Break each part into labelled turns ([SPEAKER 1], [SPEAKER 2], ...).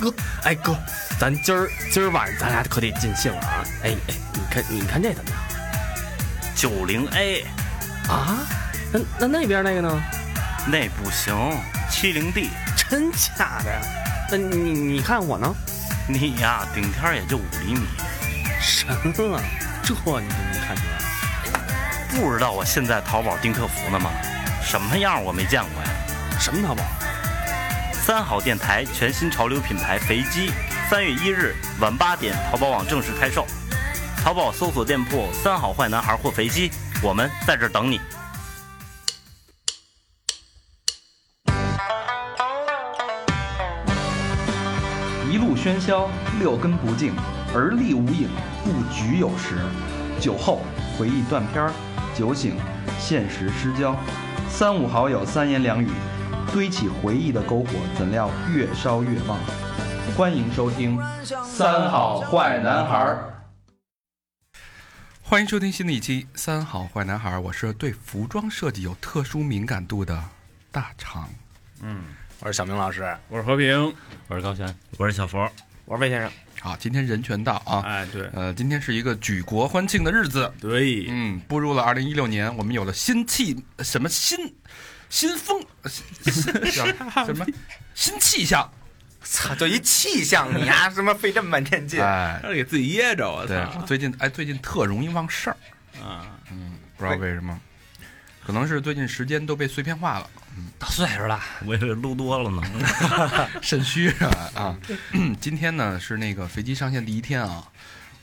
[SPEAKER 1] 哥，哎哥，咱今儿今儿晚上咱俩可得尽兴了啊！哎哎，你看你看这怎么样
[SPEAKER 2] 九零 A
[SPEAKER 1] 啊？那那那边那个呢？
[SPEAKER 2] 那不行，七零 D
[SPEAKER 1] 真假的呀？那你你看我呢？
[SPEAKER 2] 你呀顶天儿也就五厘米，
[SPEAKER 1] 神了，这你都能看出来？
[SPEAKER 2] 不知道我现在淘宝订客服呢吗？什么样我没见过呀？
[SPEAKER 1] 什么淘宝？
[SPEAKER 2] 三好电台全新潮流品牌肥鸡，三月一日晚八点，淘宝网正式开售。淘宝搜索店铺“三好坏男孩”或“肥鸡”，我们在这儿等你。
[SPEAKER 3] 一路喧嚣，六根不净，而立无影，不局有时。酒后回忆断片儿，酒醒现实失焦。三五好友三言两语，堆起回忆的篝火，怎料越烧越旺。欢迎收听《三好坏男孩儿》。
[SPEAKER 4] 欢迎收听新的一期《三好坏男孩》，我是对服装设计有特殊敏感度的大肠。
[SPEAKER 5] 我是小明老师，
[SPEAKER 6] 我是和平，
[SPEAKER 2] 我是高璇，我是小佛。
[SPEAKER 5] 我是魏先生。
[SPEAKER 4] 好，今天人权到啊，
[SPEAKER 6] 哎，对
[SPEAKER 4] 呃，今天是一个举国欢庆的日子，
[SPEAKER 6] 对，
[SPEAKER 4] 嗯，步入了二零一六年，我们有了新气，什么新新风，呃新新什么新气象？
[SPEAKER 5] 操，就一气象，你
[SPEAKER 7] 啊
[SPEAKER 5] 丫、什么费这么半天劲？
[SPEAKER 4] 哎，
[SPEAKER 6] 他给自己噎着，我
[SPEAKER 4] 对，我
[SPEAKER 6] 操！
[SPEAKER 4] 最近哎，最近特容易忘事儿，嗯
[SPEAKER 6] 啊，
[SPEAKER 4] 不知道为什么，可能是最近时间都被碎片化了。
[SPEAKER 5] 到岁数了，
[SPEAKER 2] 我以为撸多了呢。
[SPEAKER 4] 肾虚啊 啊！今天呢是那个飞机上线第一天啊，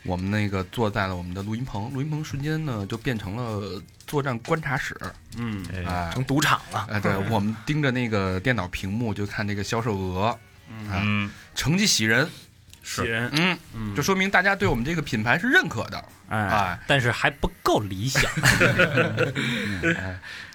[SPEAKER 4] 我们那个坐在了我们的录音棚，录音棚瞬间呢就变成了作战观察室，
[SPEAKER 6] 嗯，
[SPEAKER 4] 哎
[SPEAKER 5] 成赌场了。
[SPEAKER 4] 哎，对，我们盯着那个电脑屏幕就看这个销售额，哎
[SPEAKER 2] 嗯，
[SPEAKER 4] 成绩喜人，
[SPEAKER 6] 喜人，
[SPEAKER 4] 嗯，
[SPEAKER 6] 嗯
[SPEAKER 4] 这，说明大家对我们这个品牌是认可的，
[SPEAKER 6] 哎，
[SPEAKER 4] 哎，
[SPEAKER 8] 但是还不够 理想。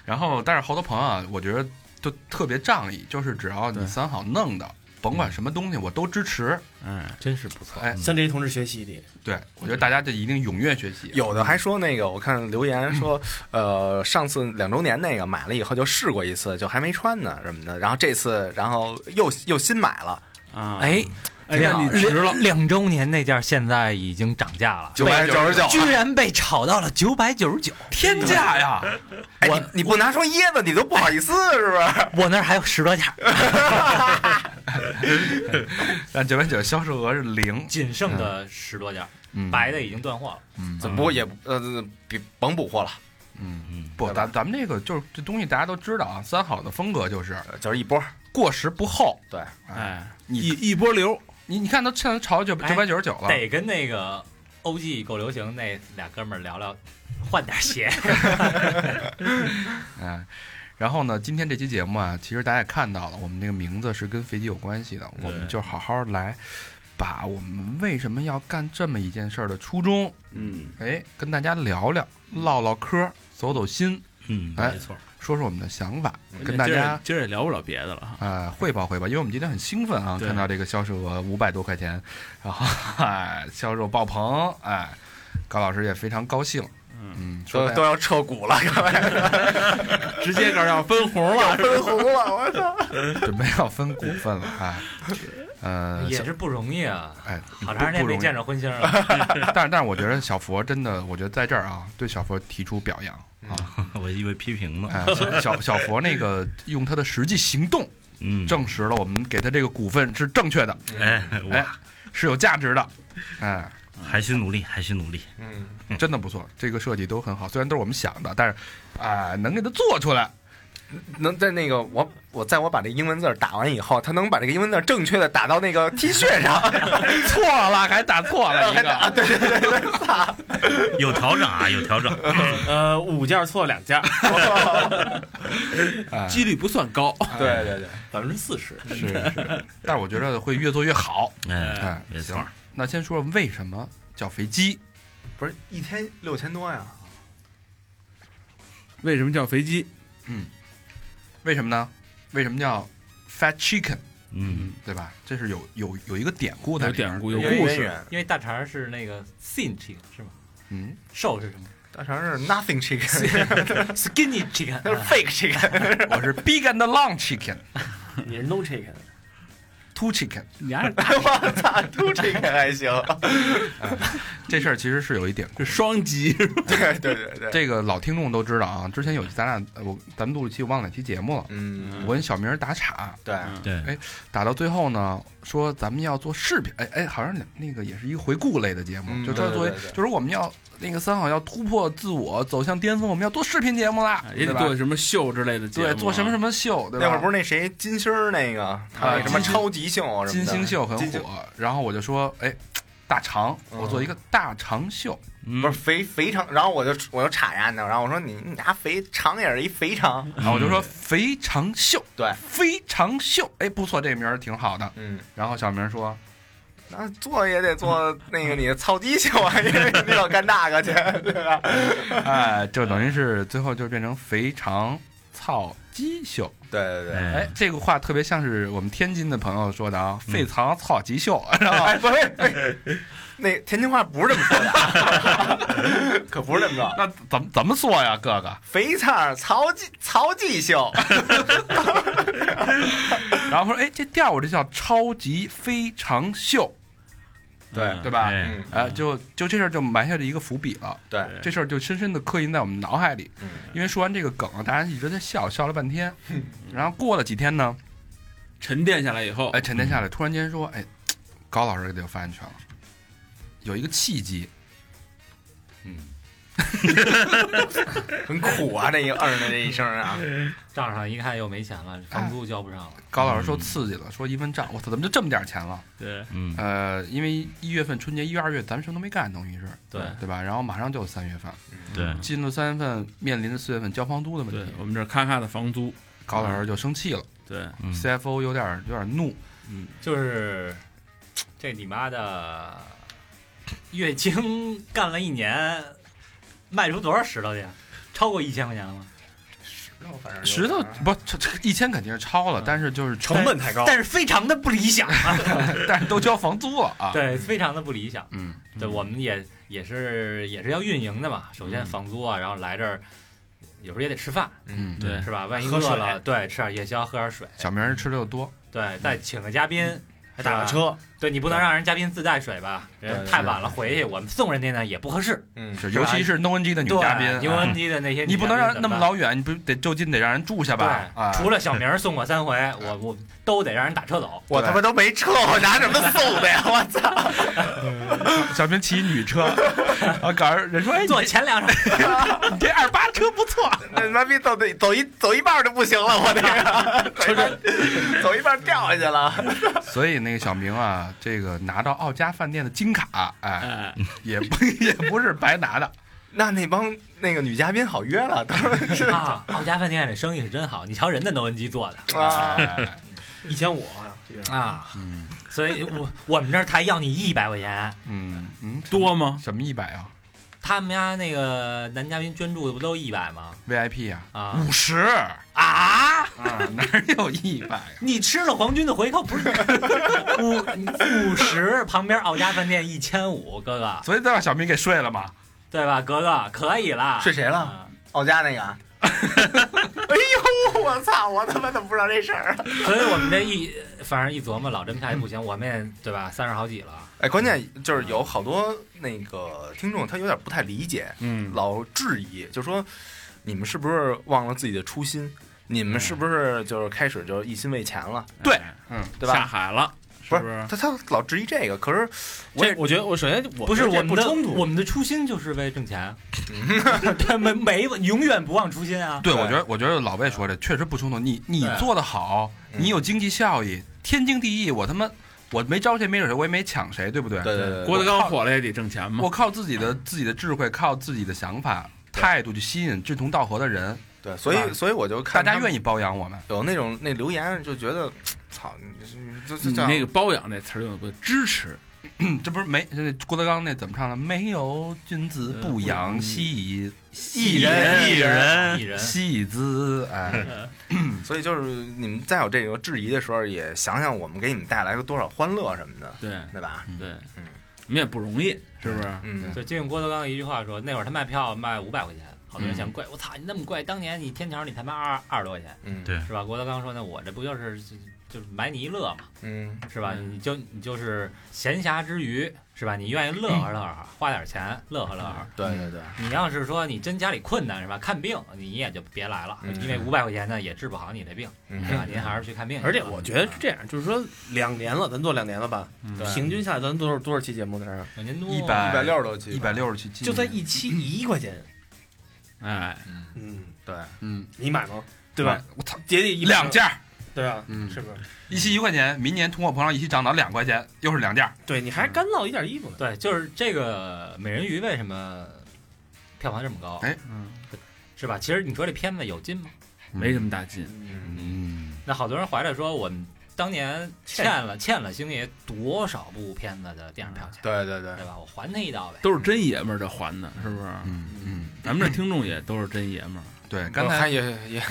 [SPEAKER 4] 然后但是好多朋友啊，我觉得都特别仗义，就是只要你三好弄的，甭管什么东西我都支持，
[SPEAKER 6] 哎，
[SPEAKER 8] 真是不错
[SPEAKER 4] 哎，
[SPEAKER 5] 向这些同志学习的，
[SPEAKER 4] 对我
[SPEAKER 6] 嗯
[SPEAKER 4] 觉得大家就一定踊跃学 习，
[SPEAKER 7] 有的还说那个，我看留言 说，呃，上次两周年那个买了以后就试过一次，就还没穿呢什么的。然后这次，然后又又新买了，
[SPEAKER 6] 啊，
[SPEAKER 8] 哎，
[SPEAKER 6] 哎呀，你值了，
[SPEAKER 8] 两两周年那件现在已经涨价了，
[SPEAKER 7] 九百九十九。
[SPEAKER 8] 居然被炒到了九百九十九，
[SPEAKER 4] 天价呀！
[SPEAKER 7] 哎，你你不拿双椰子，你都不好意思是不是？
[SPEAKER 8] 我那儿还有十多件，
[SPEAKER 4] 但九百九销售额是零，
[SPEAKER 8] 仅剩的十多件，
[SPEAKER 4] 嗯
[SPEAKER 8] 白的已经断货了。
[SPEAKER 7] 怎么不也不呃别甭补货了，
[SPEAKER 4] 不，咱咱们这个就是这东西大家都知道啊，三好的风格就是
[SPEAKER 7] 呃就是一波。
[SPEAKER 4] 过时不候。啊
[SPEAKER 7] 对，
[SPEAKER 6] 哎，
[SPEAKER 4] 你
[SPEAKER 6] 一一波流，
[SPEAKER 4] 你你看都现在炒九九
[SPEAKER 8] 哎
[SPEAKER 4] 百九十九了，
[SPEAKER 8] 得跟那个 OG 够流行那俩哥们儿聊聊，换点鞋。
[SPEAKER 4] 哎，然后呢，今天这期节目啊，其实大家也看到了，我们这个名字是跟飞机有关系的，我们就好好来把我们为什么要干这么一件事儿的初衷，
[SPEAKER 6] 嗯
[SPEAKER 4] 哎，跟大家聊聊，唠唠嗑，走走心，
[SPEAKER 2] 嗯
[SPEAKER 4] 哎
[SPEAKER 2] 错。
[SPEAKER 4] 说说我们的想法，跟大家
[SPEAKER 6] 今儿也聊不了别的了哈，
[SPEAKER 4] 呃，汇报汇报，因为我们今天很兴奋啊，
[SPEAKER 6] 对
[SPEAKER 4] 看到这个销售额五百多块钱，然后哎，销售爆棚，哎，高老师也非常高兴，嗯，说
[SPEAKER 7] 都都要撤股 了，各位
[SPEAKER 6] 直接告诉要分红了，
[SPEAKER 7] 分红了，我操！
[SPEAKER 4] 准备要分股份了，哎，呃，
[SPEAKER 8] 也是不容易啊，
[SPEAKER 4] 哎，
[SPEAKER 8] 好长时间
[SPEAKER 4] 不容
[SPEAKER 8] 没
[SPEAKER 4] 易
[SPEAKER 8] 见着荤腥儿了。
[SPEAKER 4] 但是但是我觉得小佛真的，我觉得在这儿啊，对小佛提出表扬啊，
[SPEAKER 2] 我以为批评呢。
[SPEAKER 4] 哎，小小佛那个用他的实际行动
[SPEAKER 2] 嗯，
[SPEAKER 4] 证实了我们给他这个股份是正确的，
[SPEAKER 2] 哎，我
[SPEAKER 4] 哎，是有价值的，哎。
[SPEAKER 2] 还需努力，还需努力。
[SPEAKER 7] 嗯，
[SPEAKER 4] 真的不错，这个设计都很好，虽然都是我们想的，但是，啊、能给它做出来，
[SPEAKER 7] 能在那个我我在我把这英文字儿打完以后，他能把这个英文字儿正确的打到那个 T 恤上，
[SPEAKER 4] 错了还打错了一
[SPEAKER 7] 还打
[SPEAKER 4] 个，
[SPEAKER 7] 对对对对，操！
[SPEAKER 2] 有调整啊，有 调整。
[SPEAKER 6] 呃，五件错两件，几率不算高，
[SPEAKER 7] 对对对，
[SPEAKER 6] 百分之四十，
[SPEAKER 4] 是是，但是我觉得会越做越好。
[SPEAKER 2] 哎
[SPEAKER 4] 哎，
[SPEAKER 2] 没错
[SPEAKER 4] 行。那先说说为什么叫肥鸡？
[SPEAKER 7] 不是一天六千多呀？
[SPEAKER 6] 为什么叫肥鸡？
[SPEAKER 4] 为什么呢？为什么叫 fat chicken？
[SPEAKER 2] 嗯，
[SPEAKER 4] 对吧？这是有有有一个典故的
[SPEAKER 6] 有典故，有
[SPEAKER 7] 有
[SPEAKER 6] 故
[SPEAKER 7] 渊
[SPEAKER 6] 事，
[SPEAKER 7] 源。
[SPEAKER 8] 因为大肠是那个 thin chicken 是吗？
[SPEAKER 4] 嗯，
[SPEAKER 8] 瘦是什么
[SPEAKER 7] 大肠是 nothing chicken，
[SPEAKER 8] ？skinny chicken
[SPEAKER 7] 它是 fake chicken。
[SPEAKER 4] 我是 big and long chicken。
[SPEAKER 5] 你是 no chicken，
[SPEAKER 4] two chicken。
[SPEAKER 8] 你还是
[SPEAKER 7] 我操，都这个还行。
[SPEAKER 4] 这事儿其实是有一典故
[SPEAKER 3] 这。双击是吧
[SPEAKER 7] 对对对对，
[SPEAKER 4] 这个老听众都知道啊，之前有一期咱俩呃我咱们录了一期，我忘了哪期节目了。
[SPEAKER 7] 嗯，
[SPEAKER 4] 我跟小明儿打岔，啊
[SPEAKER 7] 对，
[SPEAKER 8] 对
[SPEAKER 4] 打到最后呢，说咱们要做视频，哎哎，好像那个也是一个回顾类的节目，
[SPEAKER 7] 嗯
[SPEAKER 4] 就说
[SPEAKER 7] 对
[SPEAKER 4] 作为
[SPEAKER 7] 对对对
[SPEAKER 4] 就是我们要那个三好要突破自我，走向巅峰，我们要做视频节目啦，
[SPEAKER 3] 也
[SPEAKER 4] 对
[SPEAKER 3] 得
[SPEAKER 4] 吧
[SPEAKER 3] 做什么秀之类的节目啊，
[SPEAKER 4] 对做什么什么秀，对吧？
[SPEAKER 7] 那会儿不是那谁金星儿那个，他那什么
[SPEAKER 4] 金星
[SPEAKER 7] 超级秀什么的，
[SPEAKER 4] 金星秀很
[SPEAKER 7] 金星
[SPEAKER 4] 火，然后我就说，哎，大肠，
[SPEAKER 7] 嗯
[SPEAKER 4] 我做一个大肠秀，
[SPEAKER 7] 不是肥肥肠，然后我就我就插人家呢，然后我说你你拿肥肠也是一肥肠，
[SPEAKER 4] 然后我就说肥肠秀，
[SPEAKER 7] 嗯对
[SPEAKER 4] 非常秀，哎，不错，这名儿挺好的。
[SPEAKER 7] 嗯，
[SPEAKER 4] 然后小明说，
[SPEAKER 7] 那做也得做那个你的操鸡秀啊，因为你老干那个去，对吧？
[SPEAKER 4] 哎，就等于是最后就变成肥肠操鸡秀。
[SPEAKER 7] 对
[SPEAKER 2] 嗯
[SPEAKER 7] 对对，
[SPEAKER 4] 哎，这个话特别像是我们天津的朋友说的啊，肺藏草鸡秀，然后
[SPEAKER 7] 哎，不是，不是那天津话不是这么说的啊，可不是这么说。
[SPEAKER 4] 那怎么怎么说呀，哥哥？
[SPEAKER 7] 肥肠曹记曹记秀，
[SPEAKER 4] 然后说，哎，这调我这叫超级非常秀，
[SPEAKER 7] 对
[SPEAKER 4] 对吧？
[SPEAKER 8] 哎
[SPEAKER 7] 嗯
[SPEAKER 4] 哎，就就这事儿就埋下了一个伏笔了，
[SPEAKER 7] 对，
[SPEAKER 4] 这事儿就深深的刻印在我们脑海里。
[SPEAKER 7] 嗯
[SPEAKER 4] 因为说完这个梗，啊大家一直在笑，笑了半天。然后过了几天呢，
[SPEAKER 3] 沉淀下来以后
[SPEAKER 4] 哎，，沉淀下来，突然间说，哎，高老师得有发言权了，有一个契机，
[SPEAKER 7] 很苦啊，这一嗯的这一声啊，
[SPEAKER 8] 账上一看又没钱了，房租交不上了。
[SPEAKER 4] 高老师受刺激了，说一问账，我操，怎么就这么点钱了？
[SPEAKER 8] 对
[SPEAKER 3] 啊
[SPEAKER 2] 嗯
[SPEAKER 4] 呃，因为一月份春节，一月二月咱们什么都没干，等于是
[SPEAKER 8] 对
[SPEAKER 4] 对吧？然后马上就有三月份，
[SPEAKER 2] 对，
[SPEAKER 4] 进入三月份，面临着四月份交房租的问
[SPEAKER 3] 对
[SPEAKER 4] 题，
[SPEAKER 3] 我们这儿咔咔的房租，
[SPEAKER 4] 高老师就生气了
[SPEAKER 3] 对，
[SPEAKER 2] 嗯
[SPEAKER 4] ，CFO 有点有点怒，
[SPEAKER 8] 就是这你妈的月经干了一年，卖出多少石头去？超过一千块钱了吗？
[SPEAKER 4] 石头不这这一千肯定是超了，但是就是
[SPEAKER 5] 成本太高。
[SPEAKER 8] 但是非常的不理想啊，
[SPEAKER 4] 但是都交房租了啊。，
[SPEAKER 8] 对，非常的不理想。
[SPEAKER 4] 嗯，
[SPEAKER 8] 对，我们也也是也是要运营的嘛，首先房租啊，然后来这儿有时候也得吃饭，
[SPEAKER 4] 嗯，
[SPEAKER 3] 对
[SPEAKER 8] 是吧？万一
[SPEAKER 5] 喝水
[SPEAKER 8] 饿了，对，吃点夜宵，喝点水，
[SPEAKER 4] 小明儿吃的又多，
[SPEAKER 8] 对，再请个嘉宾，
[SPEAKER 5] 还打个车，
[SPEAKER 8] 对你不能让人嘉宾自带水吧？人
[SPEAKER 7] 对
[SPEAKER 8] 太晚了回去，我们送人家呢也不合适。
[SPEAKER 7] 嗯，
[SPEAKER 4] 是尤其是 No N G 的女
[SPEAKER 8] 啊对
[SPEAKER 4] 嘉宾啊，
[SPEAKER 8] 牛文基的那些女嘉宾
[SPEAKER 4] 你不能让
[SPEAKER 8] 怎
[SPEAKER 4] 那
[SPEAKER 8] 么
[SPEAKER 4] 么
[SPEAKER 8] 办
[SPEAKER 4] 老远，你不得就近得让人住下吧？啊
[SPEAKER 8] 对，，除了小明儿送我三回，我我都得让人打车走。
[SPEAKER 7] 我他妈都没车，我拿什么送的呀？我操！嗯
[SPEAKER 4] 小明骑女 车，啊，赶上人说，哎，
[SPEAKER 8] 坐前两上，
[SPEAKER 4] 你你这二八车不错，
[SPEAKER 7] 那妈逼走得走一走一半就不行了，我这 个走一半走一半掉下去了。
[SPEAKER 4] 所以那个小明啊，这个拿到奥家饭店的金卡，哎，
[SPEAKER 3] 哎，
[SPEAKER 4] 也不 也不是白拿的。
[SPEAKER 7] 那那帮那个女嘉宾好约了，都 是
[SPEAKER 8] 啊，奥家饭店这生意是真好，你瞧人家挪文基做的
[SPEAKER 7] 啊，
[SPEAKER 4] 哎
[SPEAKER 5] 一千五，
[SPEAKER 8] 啊，所以我我们这儿才要你一百块钱，
[SPEAKER 4] 嗯嗯，
[SPEAKER 3] 多吗？
[SPEAKER 4] 什么一百啊
[SPEAKER 8] 他们家那个男嘉宾捐助的不都一百吗？
[SPEAKER 4] ？VIP 啊，
[SPEAKER 8] 啊
[SPEAKER 4] 五十 啊，
[SPEAKER 8] 啊！
[SPEAKER 4] 哪有一百啊？
[SPEAKER 8] 你吃了皇军的回扣不是五 五十，旁边奥家饭店一千五，哥哥
[SPEAKER 4] 所以再让小明给睡了嘛。
[SPEAKER 8] 对吧？哥哥可以了，
[SPEAKER 7] 睡谁了？
[SPEAKER 8] 啊
[SPEAKER 7] 奥家那个。哎呦，我操！我他妈怎么不知道这事儿啊？
[SPEAKER 8] 所以我们这一反正一琢磨，老这么下去不行，我们也对吧？三十好几了，
[SPEAKER 7] 哎，关键就是有好多那个听众，他有点不太理解，
[SPEAKER 3] 嗯，
[SPEAKER 7] 老质疑，就说你们是不是忘了自己的初心？你们是不是就是开始就一心为钱了？
[SPEAKER 4] 对
[SPEAKER 3] 哎，
[SPEAKER 4] 嗯，
[SPEAKER 7] 对吧
[SPEAKER 3] 下海了，是
[SPEAKER 7] 不
[SPEAKER 3] 不是？
[SPEAKER 7] 他他老质疑这个，可是我
[SPEAKER 5] 这
[SPEAKER 7] 也
[SPEAKER 5] 我觉得我首先我
[SPEAKER 8] 不是
[SPEAKER 5] 觉得这
[SPEAKER 8] 我们
[SPEAKER 5] 不
[SPEAKER 8] 的
[SPEAKER 5] 冲突，
[SPEAKER 8] 我们的初心就是为挣钱，对没没永远不忘初心啊。
[SPEAKER 4] 对，
[SPEAKER 7] 对
[SPEAKER 4] 我觉得我觉得老魏说的确实不冲突。你你
[SPEAKER 8] 对
[SPEAKER 4] 做的好，
[SPEAKER 7] 嗯
[SPEAKER 4] 你有经济效益，天经地义。我他妈我没招谁，没惹谁，我也没抢谁，对不对？嗯
[SPEAKER 7] 对对对，
[SPEAKER 3] 郭德纲火了也得挣钱嘛
[SPEAKER 4] 我，靠自己的自己的智慧，靠自己的想法态度去吸引志同道合的人，
[SPEAKER 7] 对，所
[SPEAKER 4] 是
[SPEAKER 7] 以
[SPEAKER 4] 吧
[SPEAKER 7] 所以我就
[SPEAKER 4] 大
[SPEAKER 7] 看
[SPEAKER 4] 家
[SPEAKER 7] 意。
[SPEAKER 4] 愿意包养我们。
[SPEAKER 7] 有那种那留言就觉得，操，你这这
[SPEAKER 3] 你
[SPEAKER 7] 这
[SPEAKER 3] 那个包养这词儿用呃的不对支持，
[SPEAKER 4] 嗯这不是没这郭德纲那怎么唱的？没有君子不养妻，
[SPEAKER 8] 一人
[SPEAKER 7] 一人
[SPEAKER 8] 一人，
[SPEAKER 4] 妻子哎，
[SPEAKER 7] 所以就是你们再有这个质疑的时候，也想想我们给你们带来了多少欢乐什么的，
[SPEAKER 3] 对
[SPEAKER 7] 对吧？
[SPEAKER 3] 对，
[SPEAKER 7] 嗯
[SPEAKER 3] 我们也不容易，是不是？
[SPEAKER 7] 嗯，
[SPEAKER 8] 就借用郭德纲一句话说，那会儿他卖票卖五百块钱，好多人嫌贵，我操你那么贵，当年你天桥你才卖二二十多块钱
[SPEAKER 7] 嗯，
[SPEAKER 2] 对
[SPEAKER 8] 是吧？郭德纲说，那我这不就是就是买你一乐嘛，
[SPEAKER 7] 嗯，
[SPEAKER 8] 是吧？
[SPEAKER 3] 嗯
[SPEAKER 8] 你就你就是闲暇之余，是吧？你愿意乐呵乐呵，花点钱乐呵乐呵。
[SPEAKER 7] 对对对，
[SPEAKER 8] 你要是说你真家里困难是吧？看病你也就别来了，
[SPEAKER 7] 嗯
[SPEAKER 8] 因为五百块钱呢也治不好你的病，是吧？您还是去看病去吧。
[SPEAKER 9] 而且我觉得是这样，就是说两年了，咱做两年了吧，平均下来咱多少多少期节目在这儿？
[SPEAKER 8] 两年多
[SPEAKER 4] 一百
[SPEAKER 7] 一百六十多期，
[SPEAKER 4] 一百，六十去进，
[SPEAKER 9] 就在一期一块钱，
[SPEAKER 3] 哎，
[SPEAKER 9] 嗯，
[SPEAKER 7] 对，
[SPEAKER 4] 嗯，
[SPEAKER 9] 你买吗？对吧？
[SPEAKER 4] 哎？我操，
[SPEAKER 9] 姐弟一百
[SPEAKER 4] 两件儿，
[SPEAKER 9] 对吧？
[SPEAKER 4] 嗯
[SPEAKER 9] 是不是？
[SPEAKER 4] 一期一块钱，明年通货膨胀一期涨到两块钱，又是两件儿。
[SPEAKER 9] 对，你还干烙一件衣服呢。
[SPEAKER 8] 对，就是这个美人鱼为什么票房这么高？
[SPEAKER 4] 哎
[SPEAKER 3] 嗯，
[SPEAKER 8] 是吧？其实你说这片子有劲吗？
[SPEAKER 3] 没什么大劲，
[SPEAKER 4] 嗯，
[SPEAKER 8] 那好多人怀着说我们当年欠了欠了星爷多少部片子的电影票钱，
[SPEAKER 7] 对对对
[SPEAKER 8] 对，吧？我还他一道 呗。
[SPEAKER 3] 都是真爷们儿这还的，是不是？
[SPEAKER 4] 嗯嗯，
[SPEAKER 3] 咱们这听众也都是真爷们儿，
[SPEAKER 4] 对，刚
[SPEAKER 7] 还
[SPEAKER 4] 才
[SPEAKER 7] 也也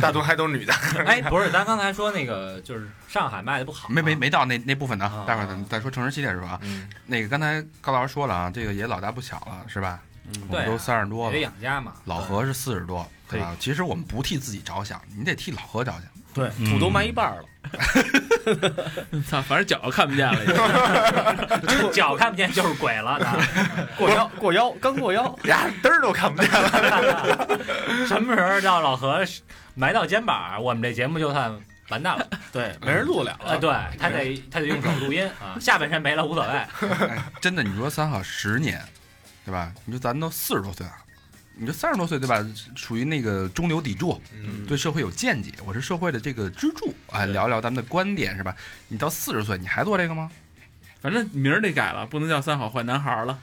[SPEAKER 7] 大多还都是女的，
[SPEAKER 8] 哎，不是，咱刚才说那个就是上海卖的不好啊吗，
[SPEAKER 4] 没没没到那那部分呢
[SPEAKER 8] 啊，
[SPEAKER 4] 待会儿咱再说城市系列的时候啊。
[SPEAKER 7] 嗯
[SPEAKER 4] 那个刚才高老师说了啊，这个也老大不小了，是吧？
[SPEAKER 3] 嗯
[SPEAKER 4] 我
[SPEAKER 8] 对啊
[SPEAKER 4] 们都三十多
[SPEAKER 8] 也得
[SPEAKER 4] 了，
[SPEAKER 8] 养家嘛。
[SPEAKER 4] 老何是四十多，对吧？其实我们不替自己着想，你得替老何着想。
[SPEAKER 9] 对，土豆卖一半了，
[SPEAKER 3] 操，反正脚看不见 了已经，
[SPEAKER 9] 嗯
[SPEAKER 8] 对脚看不见就是鬼 了，那
[SPEAKER 9] 过腰过腰，刚过腰。
[SPEAKER 7] 俩嘚儿都看不见了。
[SPEAKER 8] 什么时候让老何埋到肩膀，我们这节目就算完蛋了。
[SPEAKER 9] 对，没人录了
[SPEAKER 8] 啊，
[SPEAKER 9] 了。
[SPEAKER 8] 对他得他得用手录音 啊，下半身没了无所谓。
[SPEAKER 4] 哎，真的，你说三好十年，对吧？你说咱都四十多岁了，你说三十多岁对吧？属于那个中流砥柱，
[SPEAKER 7] 嗯
[SPEAKER 4] 对社会有见解，我是社会的这个支柱哎，聊聊咱们的观点是吧？你到四十岁你还做这个吗？
[SPEAKER 3] 反正名儿得改了，不能叫三好坏男孩儿了。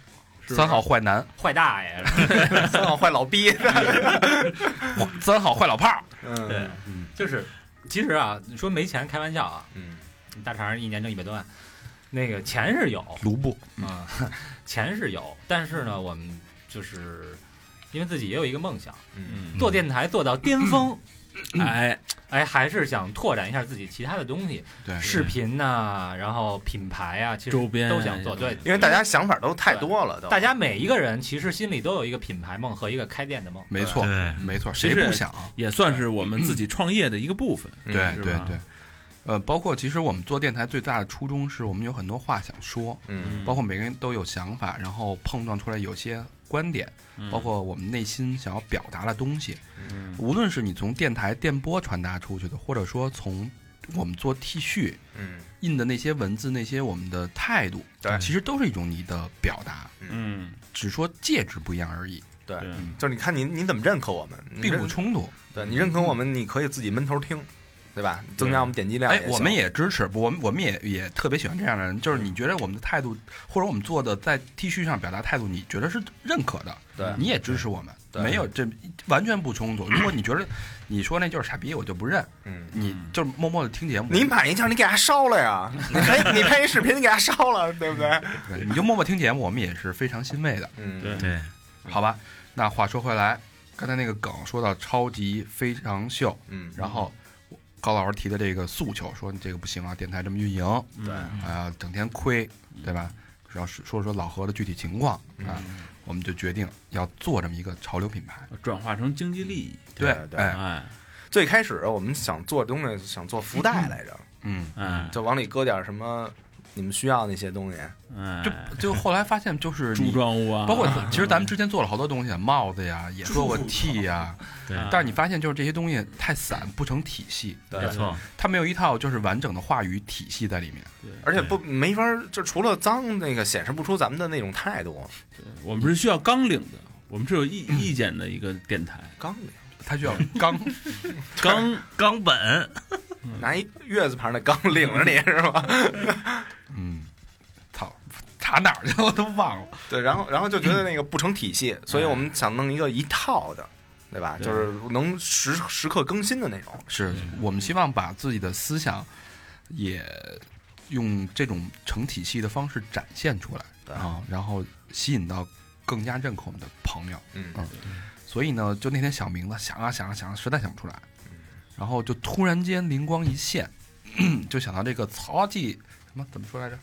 [SPEAKER 3] 是吧
[SPEAKER 4] 三好坏男，
[SPEAKER 8] 坏大爷，
[SPEAKER 7] 嗯三好坏老逼，
[SPEAKER 4] 三好坏老 炮儿，
[SPEAKER 7] 嗯
[SPEAKER 8] 对，就是其实啊，你说没钱开玩笑啊，
[SPEAKER 7] 嗯
[SPEAKER 8] 大肠一年挣一百多万，那个钱是有
[SPEAKER 7] 嗯
[SPEAKER 4] 卢布，
[SPEAKER 8] 啊，钱是有，但是呢，我们就是因为自己也有一个梦想，
[SPEAKER 7] 嗯
[SPEAKER 8] 做电台做到巅峰，
[SPEAKER 3] 哎，
[SPEAKER 8] 哎，还是想拓展一下自己其他的东西，
[SPEAKER 4] 对，
[SPEAKER 8] 视频呐、然后品牌啊，其实
[SPEAKER 3] 周边
[SPEAKER 8] 都想做。对，
[SPEAKER 7] 因为大家想法都太多了，都
[SPEAKER 8] 大家每一个人其实心里都有一个品牌梦和一个开店 的梦。
[SPEAKER 4] 没错，
[SPEAKER 3] 对
[SPEAKER 4] 没错，
[SPEAKER 3] 其
[SPEAKER 4] 谁
[SPEAKER 3] 实
[SPEAKER 4] 不想？啊
[SPEAKER 3] 也算是我们自己创业的一个部分。
[SPEAKER 7] 嗯
[SPEAKER 4] 对
[SPEAKER 3] 是
[SPEAKER 4] 对
[SPEAKER 3] 吧
[SPEAKER 4] 对，呃，包括其实我们做电台最大的初衷是我们有很多话想说，
[SPEAKER 7] 嗯
[SPEAKER 4] 包括每个人都有想法，然后碰撞出来有些观点，
[SPEAKER 7] 嗯
[SPEAKER 4] 包括我们内心想要表达的东西。
[SPEAKER 3] 嗯
[SPEAKER 4] 无论是你从电台电波传达出去的，或者说从我们做 T 恤
[SPEAKER 7] 嗯
[SPEAKER 4] 印的那些文字、那些我们的态度，
[SPEAKER 7] 对
[SPEAKER 4] 其实都是一种你的表达，
[SPEAKER 3] 嗯，
[SPEAKER 4] 只说介质不一样而已，
[SPEAKER 7] 对，
[SPEAKER 3] 对
[SPEAKER 7] 就是你看你你怎么认可我们，你
[SPEAKER 4] 并
[SPEAKER 7] 认
[SPEAKER 4] 不冲突。
[SPEAKER 7] 对你认可我们，你可以自己闷头听，对吧？增加我们点击量
[SPEAKER 4] 哎
[SPEAKER 7] 行，，
[SPEAKER 4] 我们也支持，我们我们也也特别喜欢这样的人，就是你觉得我们的态度或者我们做的在 T 恤上表达态度，你觉得是认可的，
[SPEAKER 7] 对
[SPEAKER 4] 你也支持我们，
[SPEAKER 7] 对
[SPEAKER 4] 没有这完全不冲突。如果你觉得你说那就是傻逼，我就不认，
[SPEAKER 7] 嗯。
[SPEAKER 4] 你就默默的听节目，
[SPEAKER 7] 你买一件，你给它烧了呀！你拍你拍一视频，你给它烧了，对不对？
[SPEAKER 4] 对你就默默听节目，我们也是非常欣慰的，
[SPEAKER 7] 嗯，
[SPEAKER 3] 对
[SPEAKER 2] 对，
[SPEAKER 4] 好吧？那话说回来，刚才那个梗说到超级非常秀，
[SPEAKER 7] 嗯，
[SPEAKER 4] 然后高老师提的这个诉求，说你这个不行啊，电台这么运营，
[SPEAKER 7] 对，
[SPEAKER 4] 啊、整天亏，对吧？然后说说说老何的具体情况啊，我们就决定要做这么一个潮流品牌。
[SPEAKER 3] 转化成经济利益。
[SPEAKER 7] 对对
[SPEAKER 4] 哎，
[SPEAKER 3] 哎
[SPEAKER 7] 最开始我们想做东西，想做福袋来着，
[SPEAKER 4] 嗯，
[SPEAKER 3] 哎
[SPEAKER 7] 就往里搁点什么你们需要那些东西。
[SPEAKER 3] 哎，
[SPEAKER 4] 就就后来发现就是
[SPEAKER 3] 柱
[SPEAKER 4] 你，
[SPEAKER 3] 状物啊，
[SPEAKER 4] 包括其实咱们之前做了好多东西，啊帽子
[SPEAKER 7] 嗯
[SPEAKER 4] 呀，也做过 T 呀，
[SPEAKER 2] 对
[SPEAKER 4] 但是你发现就是这些东西太散，不成体系，
[SPEAKER 7] 啊对
[SPEAKER 2] 没错，
[SPEAKER 4] 它没有一套就是完整的话语体系在里面。
[SPEAKER 7] 而且不没法儿，就除了脏，那个显示不出咱们的那种态度。
[SPEAKER 3] 我们是需要纲领的，我们是有意意见的一个电台，
[SPEAKER 4] 嗯
[SPEAKER 7] 刚的
[SPEAKER 4] 它需要刚，
[SPEAKER 2] 冈冈本，
[SPEAKER 7] 拿一月字旁的刚领着你是吧？
[SPEAKER 4] 嗯，操，查哪儿去了我都忘了。
[SPEAKER 7] 对，然后然后就觉得那个不成体系，所以我们想弄一个一套的，对吧？
[SPEAKER 3] 对
[SPEAKER 7] 就是能时时刻更新的那种。
[SPEAKER 4] 是我
[SPEAKER 3] 嗯
[SPEAKER 4] 们希望把自己的思想也用这种成体系的方式展现出来
[SPEAKER 7] 对
[SPEAKER 4] 啊，然后吸引到更加认可我们的朋友。
[SPEAKER 7] 嗯
[SPEAKER 4] 嗯所以呢，就那天想名字，想啊想啊想啊，实在想不出来，
[SPEAKER 3] 嗯
[SPEAKER 4] 然后就突然间灵光一现， 就想到这个曹记什么怎么说来着？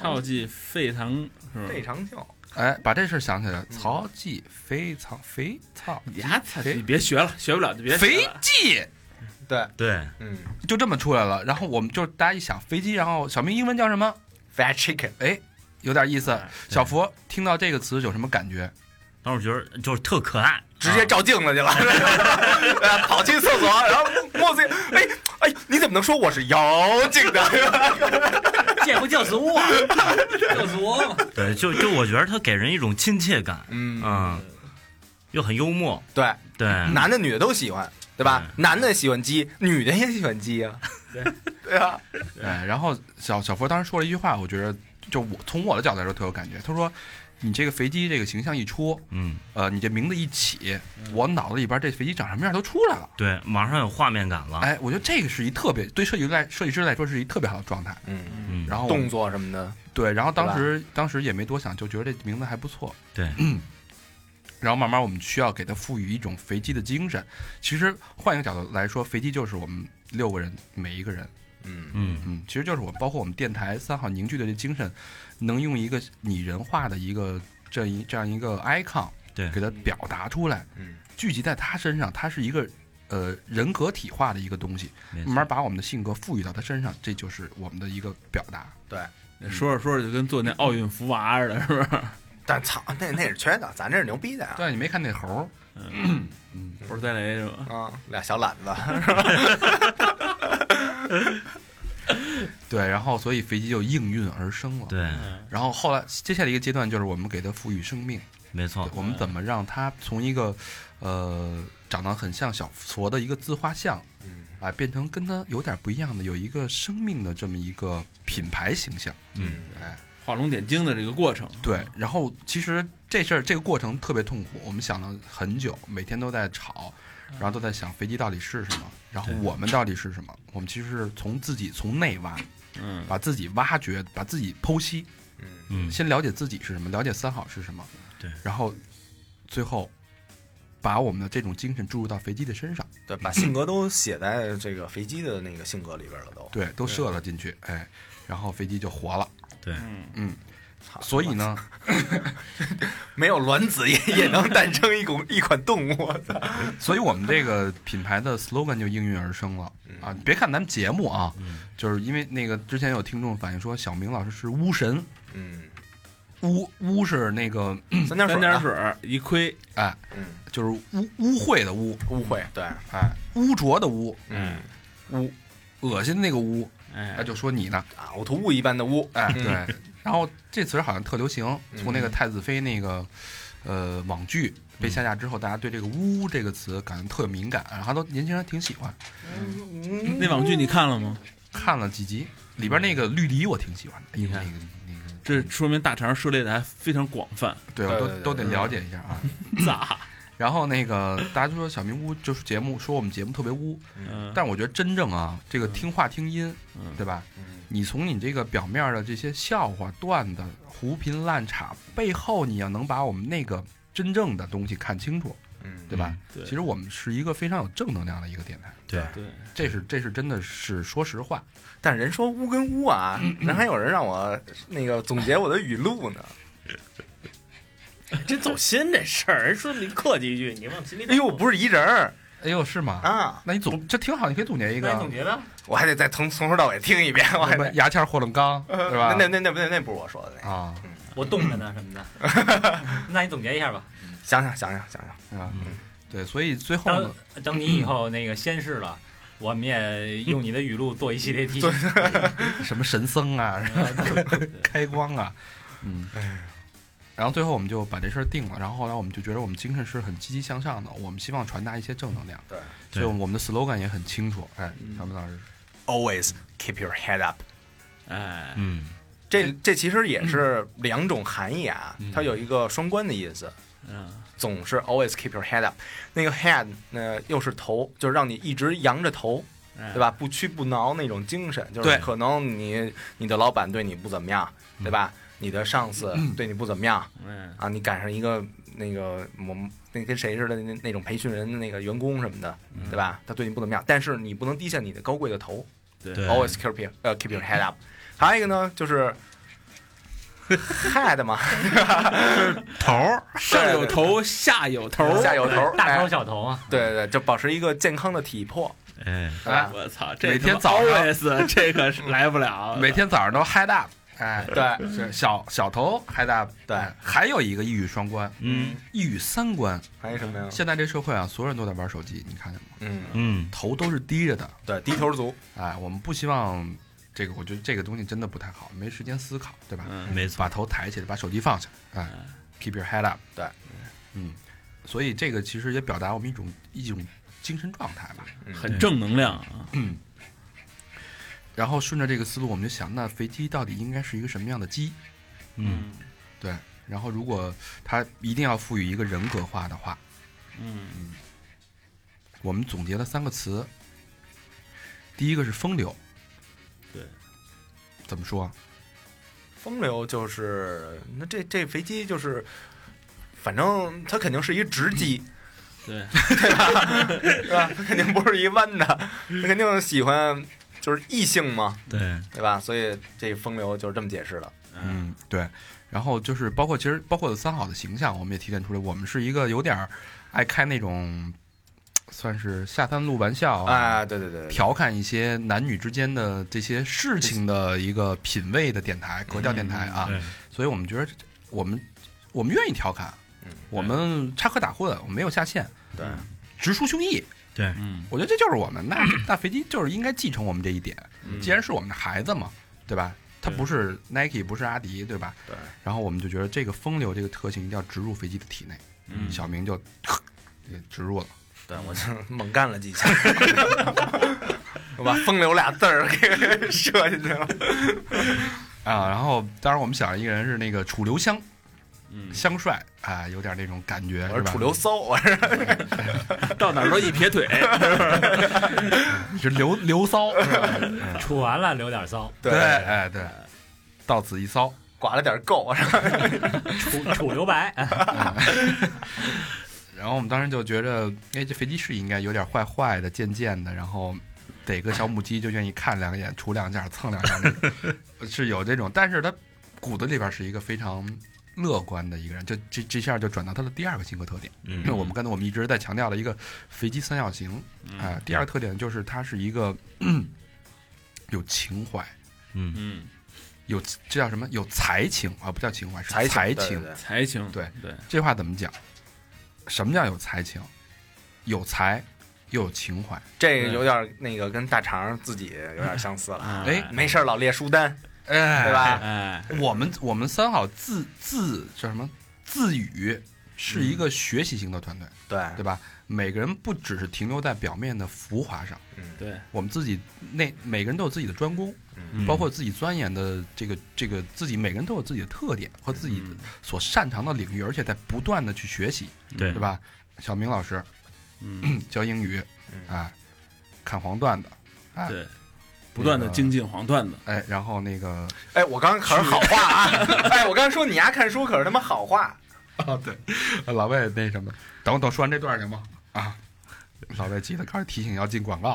[SPEAKER 3] 跳进沸腾是吧？
[SPEAKER 7] 这长袖，
[SPEAKER 4] 哎，把这事儿想起
[SPEAKER 3] 嗯
[SPEAKER 4] 来，曹记非常肥操
[SPEAKER 3] 你呀，操！你别学了，学不了就别学
[SPEAKER 4] 肥
[SPEAKER 3] 了
[SPEAKER 4] 记
[SPEAKER 2] 对，
[SPEAKER 7] 嗯
[SPEAKER 4] 就这么出来了。然后我们就大家一想飞机，然后小明英文叫什么？
[SPEAKER 7] ，fried chicken，嗯
[SPEAKER 4] 哎，有点意思
[SPEAKER 8] 哎。
[SPEAKER 4] 小佛听到这个词有什么感觉？
[SPEAKER 2] 当时觉得就是特可爱，
[SPEAKER 7] 直接照镜子去了， 呃跑去厕 所，然后摸自己，哎哎，你怎么能说我是 妖精的？
[SPEAKER 8] 这不就是我， 就是我嘛。
[SPEAKER 7] 啊
[SPEAKER 2] 啊对，就就我觉得他给人一种亲切感，
[SPEAKER 7] 嗯，
[SPEAKER 2] 嗯，又很幽默，
[SPEAKER 7] 对，
[SPEAKER 2] 对，
[SPEAKER 7] 男的女的都喜欢，对吧？男的喜欢鸡，女的也喜欢鸡啊，嗯 对啊，
[SPEAKER 4] 哎，然后小小佛当时说了一句话，我觉得就我从我的角度来说特有感觉。他说：“你这个肥鸡这个形象一出，
[SPEAKER 2] 嗯，
[SPEAKER 4] 呃，你这名字一起，
[SPEAKER 7] 嗯
[SPEAKER 4] 我脑子里边这肥鸡长什么样都出来了。
[SPEAKER 2] 对，马上有画面感
[SPEAKER 7] 啊
[SPEAKER 2] 了，
[SPEAKER 4] 哎，我觉得这个是一特别对设计来设计师来说是一特别好的状态。
[SPEAKER 7] 嗯，
[SPEAKER 2] 嗯，
[SPEAKER 4] 然后
[SPEAKER 7] 动作什么的，
[SPEAKER 4] 对，然后当
[SPEAKER 7] 吧
[SPEAKER 4] 时当时也没多想，就觉得这名字还不错。
[SPEAKER 2] 对，
[SPEAKER 4] 然后慢慢我们需要给它赋予一种肥鸡的精神。其实换一个角度来说，肥鸡就是我们六个人每一个人，
[SPEAKER 7] 嗯
[SPEAKER 2] 嗯，
[SPEAKER 4] 嗯，其实就是我包括我们电台三好凝聚的这精神，能用一个拟人化的一个这样一这样一个 icon，
[SPEAKER 2] 对
[SPEAKER 4] 给它表达出来，
[SPEAKER 7] 嗯，
[SPEAKER 4] 聚集在他身上，它是一个呃人格体化的一个东西，
[SPEAKER 2] 没
[SPEAKER 4] 慢
[SPEAKER 2] 错，
[SPEAKER 4] 慢把我们的性格赋予到他身上，这就是我们的一个表达。
[SPEAKER 3] 说着说着就跟做那奥运福娃似的， 是不是？
[SPEAKER 7] 但操，那那是缺的，咱这是牛逼的啊，
[SPEAKER 4] 对，你没看那猴儿，
[SPEAKER 3] 不是在雷是吧？
[SPEAKER 7] 啊，俩小懒 子，
[SPEAKER 4] 对，然后所以肥鸡就应运而生了。
[SPEAKER 2] 对，
[SPEAKER 3] 嗯
[SPEAKER 4] 然后后来接下来一个阶段就是我们给它赋予生命，
[SPEAKER 2] 没错
[SPEAKER 4] 对，我们怎么让它从一个呃长得很像小佛的一个自画像，
[SPEAKER 7] 嗯
[SPEAKER 4] 啊，变成跟它有点不一样的，有一个生命的这么一个品牌形象。
[SPEAKER 2] 嗯，
[SPEAKER 4] 哎，
[SPEAKER 3] 画龙点睛的这个过程，
[SPEAKER 4] 对。然后其实这事儿这个过程特别痛苦，我们想了很久，每天都在吵，然后都在想飞机到底是什么，然后我们到底是什么。我们其实是从自己从内挖，
[SPEAKER 3] 嗯，
[SPEAKER 4] 把自己挖掘，把自己剖析，
[SPEAKER 7] 嗯
[SPEAKER 2] 嗯，
[SPEAKER 4] 先了解自己是什么，了解三好是什么，
[SPEAKER 2] 对，
[SPEAKER 4] 然后最后把我们的这种精神注入到肥鸡的身上，
[SPEAKER 7] 对，把性格都写在这个肥鸡的那个性格里边了都，
[SPEAKER 4] 对，都射了进去，哎，然后肥鸡就活了。
[SPEAKER 7] 操
[SPEAKER 4] 所以 呢，
[SPEAKER 7] 没有卵子也 也能诞生一股一款动物，我操
[SPEAKER 4] 所以我们这个品牌的 slogan 就应运而生了啊！你别看咱们节目啊，就是因为那个之前有听众反映说，小明老师是巫神，
[SPEAKER 7] 嗯，
[SPEAKER 4] 巫巫是那个
[SPEAKER 7] 三点水，啊
[SPEAKER 3] 三点，水儿一亏，
[SPEAKER 4] 哎，
[SPEAKER 7] 嗯，
[SPEAKER 4] 就是污污秽的污，
[SPEAKER 7] 污秽，对，
[SPEAKER 4] 哎，污浊的污，
[SPEAKER 7] 嗯，
[SPEAKER 4] 污，恶心那个污，
[SPEAKER 3] 哎
[SPEAKER 4] 他，就说你呢，
[SPEAKER 7] 呕吐物一般的污，
[SPEAKER 4] 哎，
[SPEAKER 7] 嗯
[SPEAKER 4] 对。然后这词儿好像特流行，从那个太子妃那个呃网剧被下架之后，大家对这个污这个词感觉特敏感，然后都年轻人挺喜欢。
[SPEAKER 3] 那网剧你看了吗？
[SPEAKER 4] 看了几集，里边那个绿篱我挺喜欢的。哎呦，那个那个，
[SPEAKER 3] 这说明大肠涉猎的还非常广泛。
[SPEAKER 4] 对我
[SPEAKER 7] 对
[SPEAKER 4] 都
[SPEAKER 7] 对对
[SPEAKER 4] 都得了解一下啊。
[SPEAKER 3] 咋？
[SPEAKER 4] 然后那个大家就说小明污就是节目，说我们节目特别污，
[SPEAKER 3] 嗯，
[SPEAKER 4] 但我觉得真正啊，这个听话听音，
[SPEAKER 3] 嗯
[SPEAKER 4] 对吧？
[SPEAKER 7] 嗯
[SPEAKER 4] 你从你这个表面的这些笑话、段子、胡拼乱插背后，你要能把我们那个真正的东西看清楚，
[SPEAKER 7] 嗯，
[SPEAKER 4] 对吧？
[SPEAKER 3] 对
[SPEAKER 4] 其实我们是一个非常有正能量的一个电台，
[SPEAKER 2] 对，
[SPEAKER 3] 对，
[SPEAKER 4] 这是这是真的是说实话，
[SPEAKER 7] 但人说污跟污啊，人还有人让我那个总结我的语录呢。
[SPEAKER 8] 真走心这事儿，人说你客气一句，你往心里
[SPEAKER 7] 哎呦，不是一人儿
[SPEAKER 4] 哎呦是吗？
[SPEAKER 7] 啊，
[SPEAKER 4] 那你总这挺好，你可以总结一
[SPEAKER 8] 一
[SPEAKER 4] 个，啊
[SPEAKER 8] 总结吧，
[SPEAKER 7] 我还得再从从头到尾听一遍，我还
[SPEAKER 4] 什么
[SPEAKER 7] 得
[SPEAKER 4] 牙签儿豁楞缸，
[SPEAKER 7] 呃
[SPEAKER 4] 对吧？
[SPEAKER 7] 那那那不那那不是我说的，那个嗯
[SPEAKER 4] 啊，
[SPEAKER 8] 我冻着呢什么的。 那你总结一下吧。
[SPEAKER 7] 想想想想想想，
[SPEAKER 4] 对吧？嗯对，所以最后
[SPEAKER 8] 等
[SPEAKER 4] 呢，
[SPEAKER 8] 等你以后那个仙逝了，我们也用你的语录做一系列 题。对，
[SPEAKER 4] 什么神僧啊，开光啊，嗯，然后最后我们就把这事儿定了。然后后来我们就觉得我们精神是很积极向上的，我们希望传达一些正能量。
[SPEAKER 7] 对，
[SPEAKER 2] 对
[SPEAKER 4] 所以我们的 slogan 也很清楚。哎，小明老师，
[SPEAKER 7] Always keep your head up。
[SPEAKER 3] 哎，
[SPEAKER 2] 嗯，
[SPEAKER 7] 这这其实也是两种含义啊，它有一个双关的意思。
[SPEAKER 3] 嗯，
[SPEAKER 7] 总是 always keep your head up，那个 head 呢又是头，就是让你一直扬着头，
[SPEAKER 3] 哎
[SPEAKER 7] 对吧？不屈不挠那种精神，就
[SPEAKER 4] 对
[SPEAKER 7] 是可能你你的老板对你不怎么样，对吧？你的上司对你不怎么样
[SPEAKER 3] 嗯，
[SPEAKER 7] 啊，你赶上一个那个我们那跟谁似的那那种培训人的那个员工什么的，对吧？他对你不怎么样，但是你不能低下你的高贵的头，
[SPEAKER 2] 对
[SPEAKER 7] always keep your 呃 keep your head up。还有一个呢，就是 head 嘛，
[SPEAKER 2] 头儿，
[SPEAKER 3] 上有头，下有头，
[SPEAKER 7] 下有头，
[SPEAKER 8] 大头
[SPEAKER 7] 哎
[SPEAKER 8] 小头啊，
[SPEAKER 7] 对对对，就保持一个健康的体魄，
[SPEAKER 2] 哎，
[SPEAKER 7] 啊，
[SPEAKER 3] 我操，这哎
[SPEAKER 4] 每天
[SPEAKER 3] 他妈
[SPEAKER 4] 早上
[SPEAKER 3] always 这个是来 不了，
[SPEAKER 4] 每天早上都 head up，哎，
[SPEAKER 7] 对，
[SPEAKER 4] 是小小头 head up，
[SPEAKER 7] 对
[SPEAKER 4] 哎还有一个一语双关，
[SPEAKER 2] 嗯
[SPEAKER 4] 一语三关。
[SPEAKER 7] 还有什么呀？
[SPEAKER 4] 现在这社会啊，所有人都在玩手机，你看见吗？
[SPEAKER 7] 嗯，
[SPEAKER 2] 嗯，
[SPEAKER 4] 头都是低着的，
[SPEAKER 7] 对，低头族，
[SPEAKER 4] 哎，我们不希望这个，我觉得这个东西真的不太好，没时间思考，对吧？
[SPEAKER 3] 嗯
[SPEAKER 2] 没错，
[SPEAKER 4] 把头抬起来，把手机放下，哎，keep your head up，
[SPEAKER 7] 对，
[SPEAKER 4] 嗯，所以这个其实也表达我们一种一种精神状态吧。
[SPEAKER 7] 嗯
[SPEAKER 4] 嗯
[SPEAKER 3] 很正能量啊，
[SPEAKER 4] 然后顺着这个思路，我们就想，那肥鸡到底应该是一个什么样的鸡？
[SPEAKER 2] 嗯
[SPEAKER 4] 对，然后如果它一定要赋予一个人格化的话，
[SPEAKER 3] 嗯
[SPEAKER 4] 我们总结了三个词，第一个是风流，
[SPEAKER 3] 对，
[SPEAKER 4] 怎么说？啊
[SPEAKER 7] 风流就是那这这飞机就是，反正它肯定是一直机，
[SPEAKER 3] 对，
[SPEAKER 7] 是吧？ 它肯定不是一弯的，它肯定喜欢就是异性嘛，
[SPEAKER 2] 对，
[SPEAKER 7] 对吧？所以这风流就是这么解释的。
[SPEAKER 4] 嗯，对。然后就是包括其实包括三好的形象，我们也提炼出来，我们是一个有点儿爱开那种算是下三路玩笑啊
[SPEAKER 7] 哎，对对对对，
[SPEAKER 4] 调侃一些男女之间的这些事情的一个品味的电台，格调电台啊。
[SPEAKER 2] 对
[SPEAKER 4] 所以我们觉得我们我们愿意调侃，我们插科打诨，我们没有下限，
[SPEAKER 7] 对，
[SPEAKER 4] 直抒胸臆。
[SPEAKER 2] 对，
[SPEAKER 3] 嗯
[SPEAKER 4] 我觉得这就是我们，那那飞机就是应该继承我们这一点，既然是我们的孩子嘛，对吧？它不是 Nike，不是阿迪，对吧？
[SPEAKER 7] 对。
[SPEAKER 4] 然后我们就觉得这个风流这个特性一定要植入飞机的体内，
[SPEAKER 3] 嗯，
[SPEAKER 4] 小明就也植入了。
[SPEAKER 7] 对我就猛干了几下， 我把“风流”俩字儿给 射进去了。
[SPEAKER 4] 啊，然后当然我们想一个人是那个楚留香，
[SPEAKER 3] 嗯
[SPEAKER 4] 香帅啊，有点那种感觉，
[SPEAKER 7] 我
[SPEAKER 4] 是
[SPEAKER 7] 是
[SPEAKER 4] 吧
[SPEAKER 7] 楚留，骚，我是
[SPEAKER 3] 到哪儿都一撇腿，
[SPEAKER 4] 是留留骚，是吧
[SPEAKER 8] 处完了留点骚，
[SPEAKER 4] 对，哎对，到此一骚，
[SPEAKER 7] 刮了点够，是吧
[SPEAKER 8] 处处留白，
[SPEAKER 4] 然后我们当时就觉着，哎，这飞机是应该有点坏坏的、贱贱的，然后逮个小母鸡就愿意看两眼、杵两下、蹭两下那种，是有这种。但是他骨子里边是一个非常乐观的一个人，这这这下就转到他的第二个性格特点。
[SPEAKER 2] 嗯
[SPEAKER 4] 那我们刚才我们一直在强调的一个飞机三角形，啊、第二个特点就是他是一个 嗯有情怀，
[SPEAKER 2] 嗯
[SPEAKER 3] 嗯，
[SPEAKER 4] 有这叫什么？有才情啊，不叫情怀，是才
[SPEAKER 7] 才情
[SPEAKER 4] 情
[SPEAKER 7] 对对对
[SPEAKER 3] 才情，
[SPEAKER 4] 对
[SPEAKER 3] 对，
[SPEAKER 4] 这话怎么讲？什么叫有才情？有才又有情怀。
[SPEAKER 7] 这个有点那个跟大肠自己有点相似了。
[SPEAKER 4] 哎
[SPEAKER 7] 没事儿老列书单，
[SPEAKER 4] 哎
[SPEAKER 7] 啊对吧？
[SPEAKER 3] 哎，
[SPEAKER 4] 我们我们三好自自叫什么自语是一个学习型的团队，
[SPEAKER 7] 对
[SPEAKER 4] 对吧？每个人不只是停留在表面的浮华上，
[SPEAKER 7] 嗯
[SPEAKER 3] 对，
[SPEAKER 4] 我们自己内每个人都有自己的专攻，包
[SPEAKER 3] 嗯
[SPEAKER 4] 括自己钻研的这个这个自己每个人都有自己的特点和自己
[SPEAKER 3] 嗯
[SPEAKER 4] 所擅长的领域，而且在不断的去学习，
[SPEAKER 2] 对
[SPEAKER 4] 对吧？小明老师
[SPEAKER 3] 嗯，
[SPEAKER 4] 教英语，啊，看黄段子，啊，
[SPEAKER 3] 对，不断的精进黄段子，
[SPEAKER 4] 哎，然后那个
[SPEAKER 7] 哎，我刚可是好话啊！哎，我刚说你丫看书可是他妈好话，
[SPEAKER 4] 啊，对，老魏那什么，等我等我说完这段行吗？啊，老魏急得开始提醒要进广告，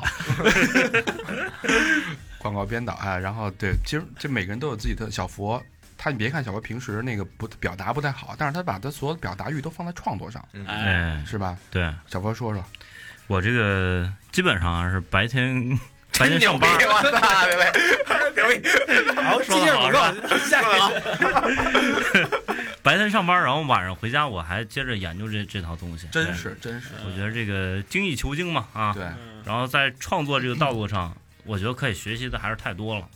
[SPEAKER 4] 广告编导啊，然后对，其实这每个人都有自己的小佛。他，你别看小佛平时那个不表达不太好，但是他把他所有的表达欲都放在创作上，
[SPEAKER 3] 哎，
[SPEAKER 2] 哎，
[SPEAKER 4] 是吧？
[SPEAKER 2] 对
[SPEAKER 4] 小佛说说，
[SPEAKER 2] 我这个基本上啊是白天 白天上班
[SPEAKER 7] 真牛逼我操，对对， 牛逼！
[SPEAKER 2] 儿，说的好是吧？白天上班，然后晚上回家，我还接着研究这这套东西，
[SPEAKER 4] 真是真是，
[SPEAKER 2] 哎，我觉得这个精益求精嘛啊，
[SPEAKER 4] 对，
[SPEAKER 2] 然后在创作这个道路上，我觉得可以学习的还是太多了。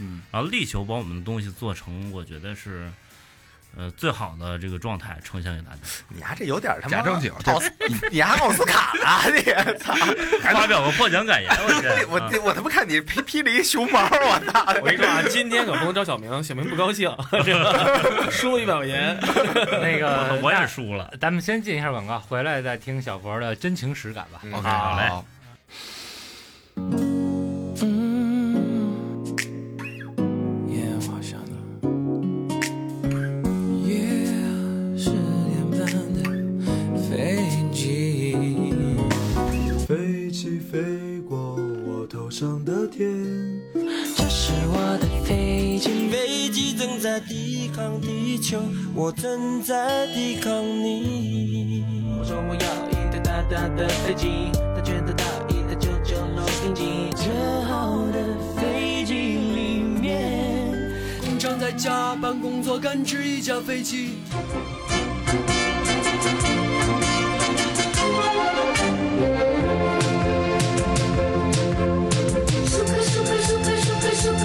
[SPEAKER 4] 嗯，
[SPEAKER 2] 然后力求把我们的东西做成，我觉得是，呃，最好的这个状态呈现给 大家，
[SPEAKER 7] 你丫这有点他妈
[SPEAKER 4] 假正经，
[SPEAKER 7] 奥斯， 你丫奥斯卡啊！你操！
[SPEAKER 2] 发表个获奖感言，我觉得
[SPEAKER 7] 我
[SPEAKER 2] 啊
[SPEAKER 7] 我我他妈看你披披了一熊猫，我操！
[SPEAKER 1] 我跟你说啊，今天可不能找小明，小明不高兴，这个输一百块钱。
[SPEAKER 8] 那个
[SPEAKER 2] 我也输了。
[SPEAKER 8] 咱们先进一下广告，回来再听小佛的真情实感吧。
[SPEAKER 7] 嗯
[SPEAKER 4] OK，
[SPEAKER 2] 好嘞
[SPEAKER 4] 好，
[SPEAKER 10] 嗯，夜晚想的，夜十点半的飞机，
[SPEAKER 11] 飞机飞过我头上的天，
[SPEAKER 10] 这是我的飞机，飞机正在抵抗地球，我正在抵抗你。我说我要一台大大的飞机，它全都到一台九九六。折好的飞机里面，经常在加班工作赶制一架飞机。
[SPEAKER 12] 舒克舒克舒克舒克舒克舒克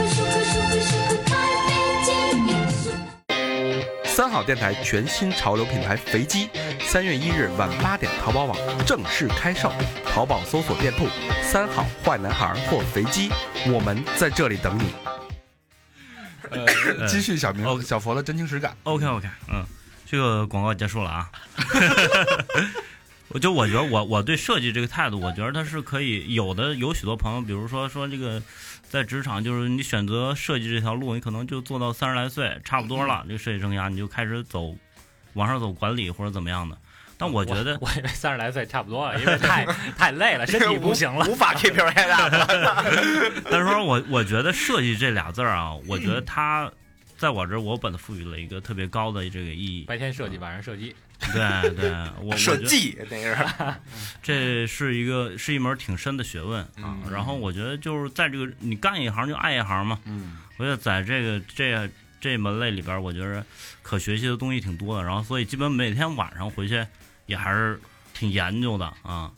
[SPEAKER 12] 舒克舒克开飞机。
[SPEAKER 4] 三好电台全新潮流品牌肥鸡，三月一日晚八点，淘宝网正式开售。淘宝搜索店铺“三好坏男孩”或“肥鸡”，我们在这里等你。 哦
[SPEAKER 2] 呃
[SPEAKER 4] 继续小明、小佛的真情实感。
[SPEAKER 2] OK OK，嗯，这个广告结束了啊。 我就我觉得我我对设计这个态度，我觉得它是可以有的。有许多朋友，比如说说这个在职场，就是你选择设计这条路，你可能就做到三十来岁，差不多了，这个设计生涯你就开始走往上走管理或者怎么样的。但我觉得
[SPEAKER 8] 我以为三十来岁差不多了，因为 太太累了，身体不行了，
[SPEAKER 7] 无法 KPI
[SPEAKER 8] 了。
[SPEAKER 2] 但是说我我觉得设计这俩字儿啊，我觉得它在我这儿我把它赋予了一个特别高的这个意义。
[SPEAKER 8] 白天设计，晚上射击。
[SPEAKER 2] 对对，我我
[SPEAKER 7] 设
[SPEAKER 2] 觉得
[SPEAKER 7] 计哎那个是吧
[SPEAKER 2] 这是一个是一门挺深的学问啊。然后我觉得就是在这个你干一行就爱一行嘛，
[SPEAKER 4] 嗯，
[SPEAKER 2] 我觉得在这个这这门类里边，我觉得可学习的东西挺多的。然后所以基本每天晚上回去也还是挺研究的啊，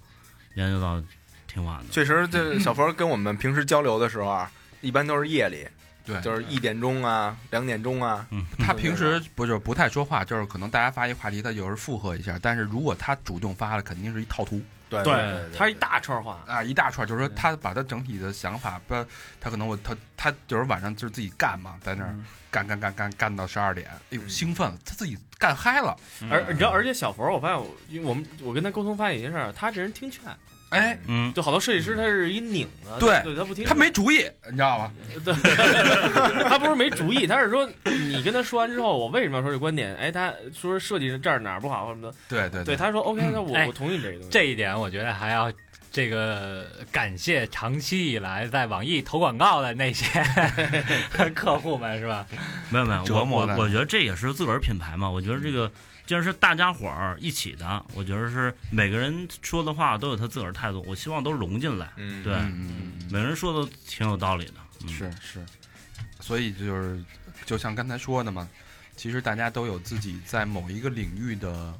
[SPEAKER 2] 研究到挺晚的。
[SPEAKER 7] 确实，这小佛跟我们平时交流的时候啊，一般都是夜里，
[SPEAKER 4] 对
[SPEAKER 7] 就是一点钟啊，两点钟啊。
[SPEAKER 2] 嗯，
[SPEAKER 4] 他平时不就是不太说话，就是可能大家发一话题，他有时候附和一下。但是如果他主动发了，肯定是一套图。
[SPEAKER 7] 对
[SPEAKER 1] 对对对对他一大串话
[SPEAKER 4] 啊，一大串，就是说他把他整体的想法，不，他可能我他他有时候晚上就是自己干嘛，在那儿
[SPEAKER 1] 嗯
[SPEAKER 4] 干干干干干到十二点，哎呦兴奋，他自己干嗨了。
[SPEAKER 1] 嗯
[SPEAKER 4] 嗯
[SPEAKER 1] 而你知道，而且小佛儿，我发现我因为我们我跟他沟通发现一件事儿，他这人听劝，
[SPEAKER 4] 哎，
[SPEAKER 2] 嗯，
[SPEAKER 1] 就好多设计师他是一拧的，
[SPEAKER 4] 对
[SPEAKER 1] 对，他不听，嗯
[SPEAKER 4] 他没主意，你知道吗？
[SPEAKER 1] 对， 他不是没主意，他是说你跟他说完之后，我为什么要说这观点？哎，他说设计这儿哪儿不好什么的，
[SPEAKER 4] 对对
[SPEAKER 1] 对，他说 OK，那我
[SPEAKER 8] 哎
[SPEAKER 1] 我同意这个东西。
[SPEAKER 8] 这一点我觉得还要这个感谢长期以来在网易投广告的那 些客户们，是吧？
[SPEAKER 2] 没有没有，
[SPEAKER 8] 折
[SPEAKER 2] 我
[SPEAKER 8] 磨的
[SPEAKER 2] 我我觉得这也是自个儿品牌嘛。我觉得这个既然是大家伙儿一起的，我觉得是每个人说的话都有他自个儿态度，我希望都融进来。
[SPEAKER 7] 嗯
[SPEAKER 2] 对，
[SPEAKER 4] 嗯
[SPEAKER 2] 每个人说的挺有道理的。嗯、
[SPEAKER 4] 是是，所以就是就像刚才说的嘛，其实大家都有自己在某一个领域的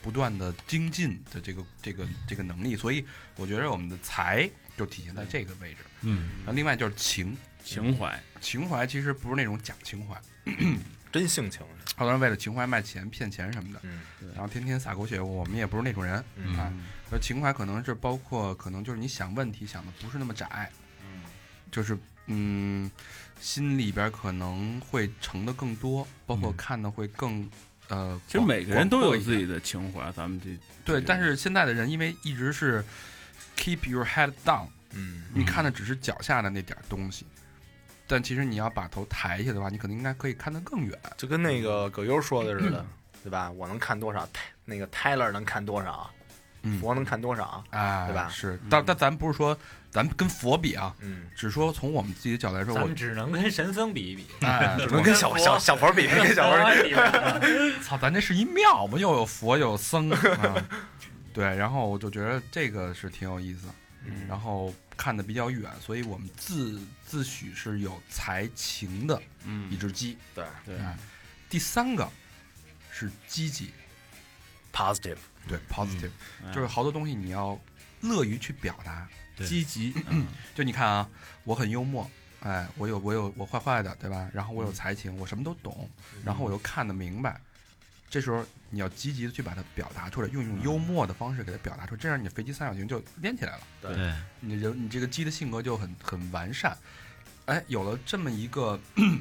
[SPEAKER 4] 不断的精进的这个这个这个能力，所以我觉得我们的才就体现在这个位置。
[SPEAKER 2] 嗯，
[SPEAKER 4] 然后另外就是情
[SPEAKER 3] 情怀，
[SPEAKER 4] 情怀其实不是那种假情怀，
[SPEAKER 7] 真性情。
[SPEAKER 4] 好多人为了情怀卖钱、骗钱什么的，
[SPEAKER 7] 嗯，
[SPEAKER 4] 然后天天撒狗血，我们也不是那种人、
[SPEAKER 7] 嗯
[SPEAKER 4] 啊。而情怀可能是包括，可能就是你想问题想的不是那么窄，
[SPEAKER 7] 嗯，
[SPEAKER 4] 就是嗯，心里边可能会盛的更多，包括看的会更呃，
[SPEAKER 3] 嗯其实每个人
[SPEAKER 4] 广
[SPEAKER 3] 都
[SPEAKER 4] 阔
[SPEAKER 3] 有
[SPEAKER 4] 一
[SPEAKER 3] 自己的情怀，咱们这
[SPEAKER 4] 对，但是现在的人因为一直是 keep your head down，
[SPEAKER 7] 嗯，
[SPEAKER 4] 你看的只是脚下的那点儿东西，但其实你要把头抬起来的话，你可能应该可以看得更远。
[SPEAKER 7] 就跟那个葛优说的似 的，对吧？我能看多少？泰那个 Tyler 能看多少？佛能看多少？
[SPEAKER 3] 哎
[SPEAKER 4] 啊，
[SPEAKER 7] 对吧
[SPEAKER 4] 是，
[SPEAKER 3] 嗯
[SPEAKER 4] 但但咱不是说咱们跟佛比啊，
[SPEAKER 7] 嗯，
[SPEAKER 4] 只说从我们自己的角度来说，
[SPEAKER 8] 咱
[SPEAKER 4] 我
[SPEAKER 8] 们只能跟神僧比一比，
[SPEAKER 4] 哎，
[SPEAKER 7] 只能跟小小小佛比，跟小 佛比。
[SPEAKER 4] 操，哦咱这是一庙嘛，又有佛又有僧、啊，对，然后我就觉得这个是挺有意思，
[SPEAKER 7] 嗯
[SPEAKER 4] 然后看的比较远，所以我们自自诩是有才情的
[SPEAKER 2] 嗯
[SPEAKER 4] 一只鸡，
[SPEAKER 7] 对
[SPEAKER 3] 对
[SPEAKER 4] 哎第三个是积极，
[SPEAKER 7] 嗯 positive，
[SPEAKER 4] 对 positive，、
[SPEAKER 3] 嗯
[SPEAKER 4] 就是好多东西你要乐于去表达，
[SPEAKER 3] 对积极嗯
[SPEAKER 4] 就你看啊，我很幽默，哎，我有我有我坏坏的，对吧？然后我
[SPEAKER 3] 嗯
[SPEAKER 4] 有才情，我什么都懂，然后我又看得明白。这时候你要积极的去把它表达出来，用一
[SPEAKER 3] 嗯
[SPEAKER 4] 种幽默的方式给它表达出来，这样你的飞机三角形就连起来了。
[SPEAKER 3] 嗯
[SPEAKER 7] 对
[SPEAKER 2] 对，
[SPEAKER 4] 你的人你这个鸡的性格就很很完善。哎，有了这么一个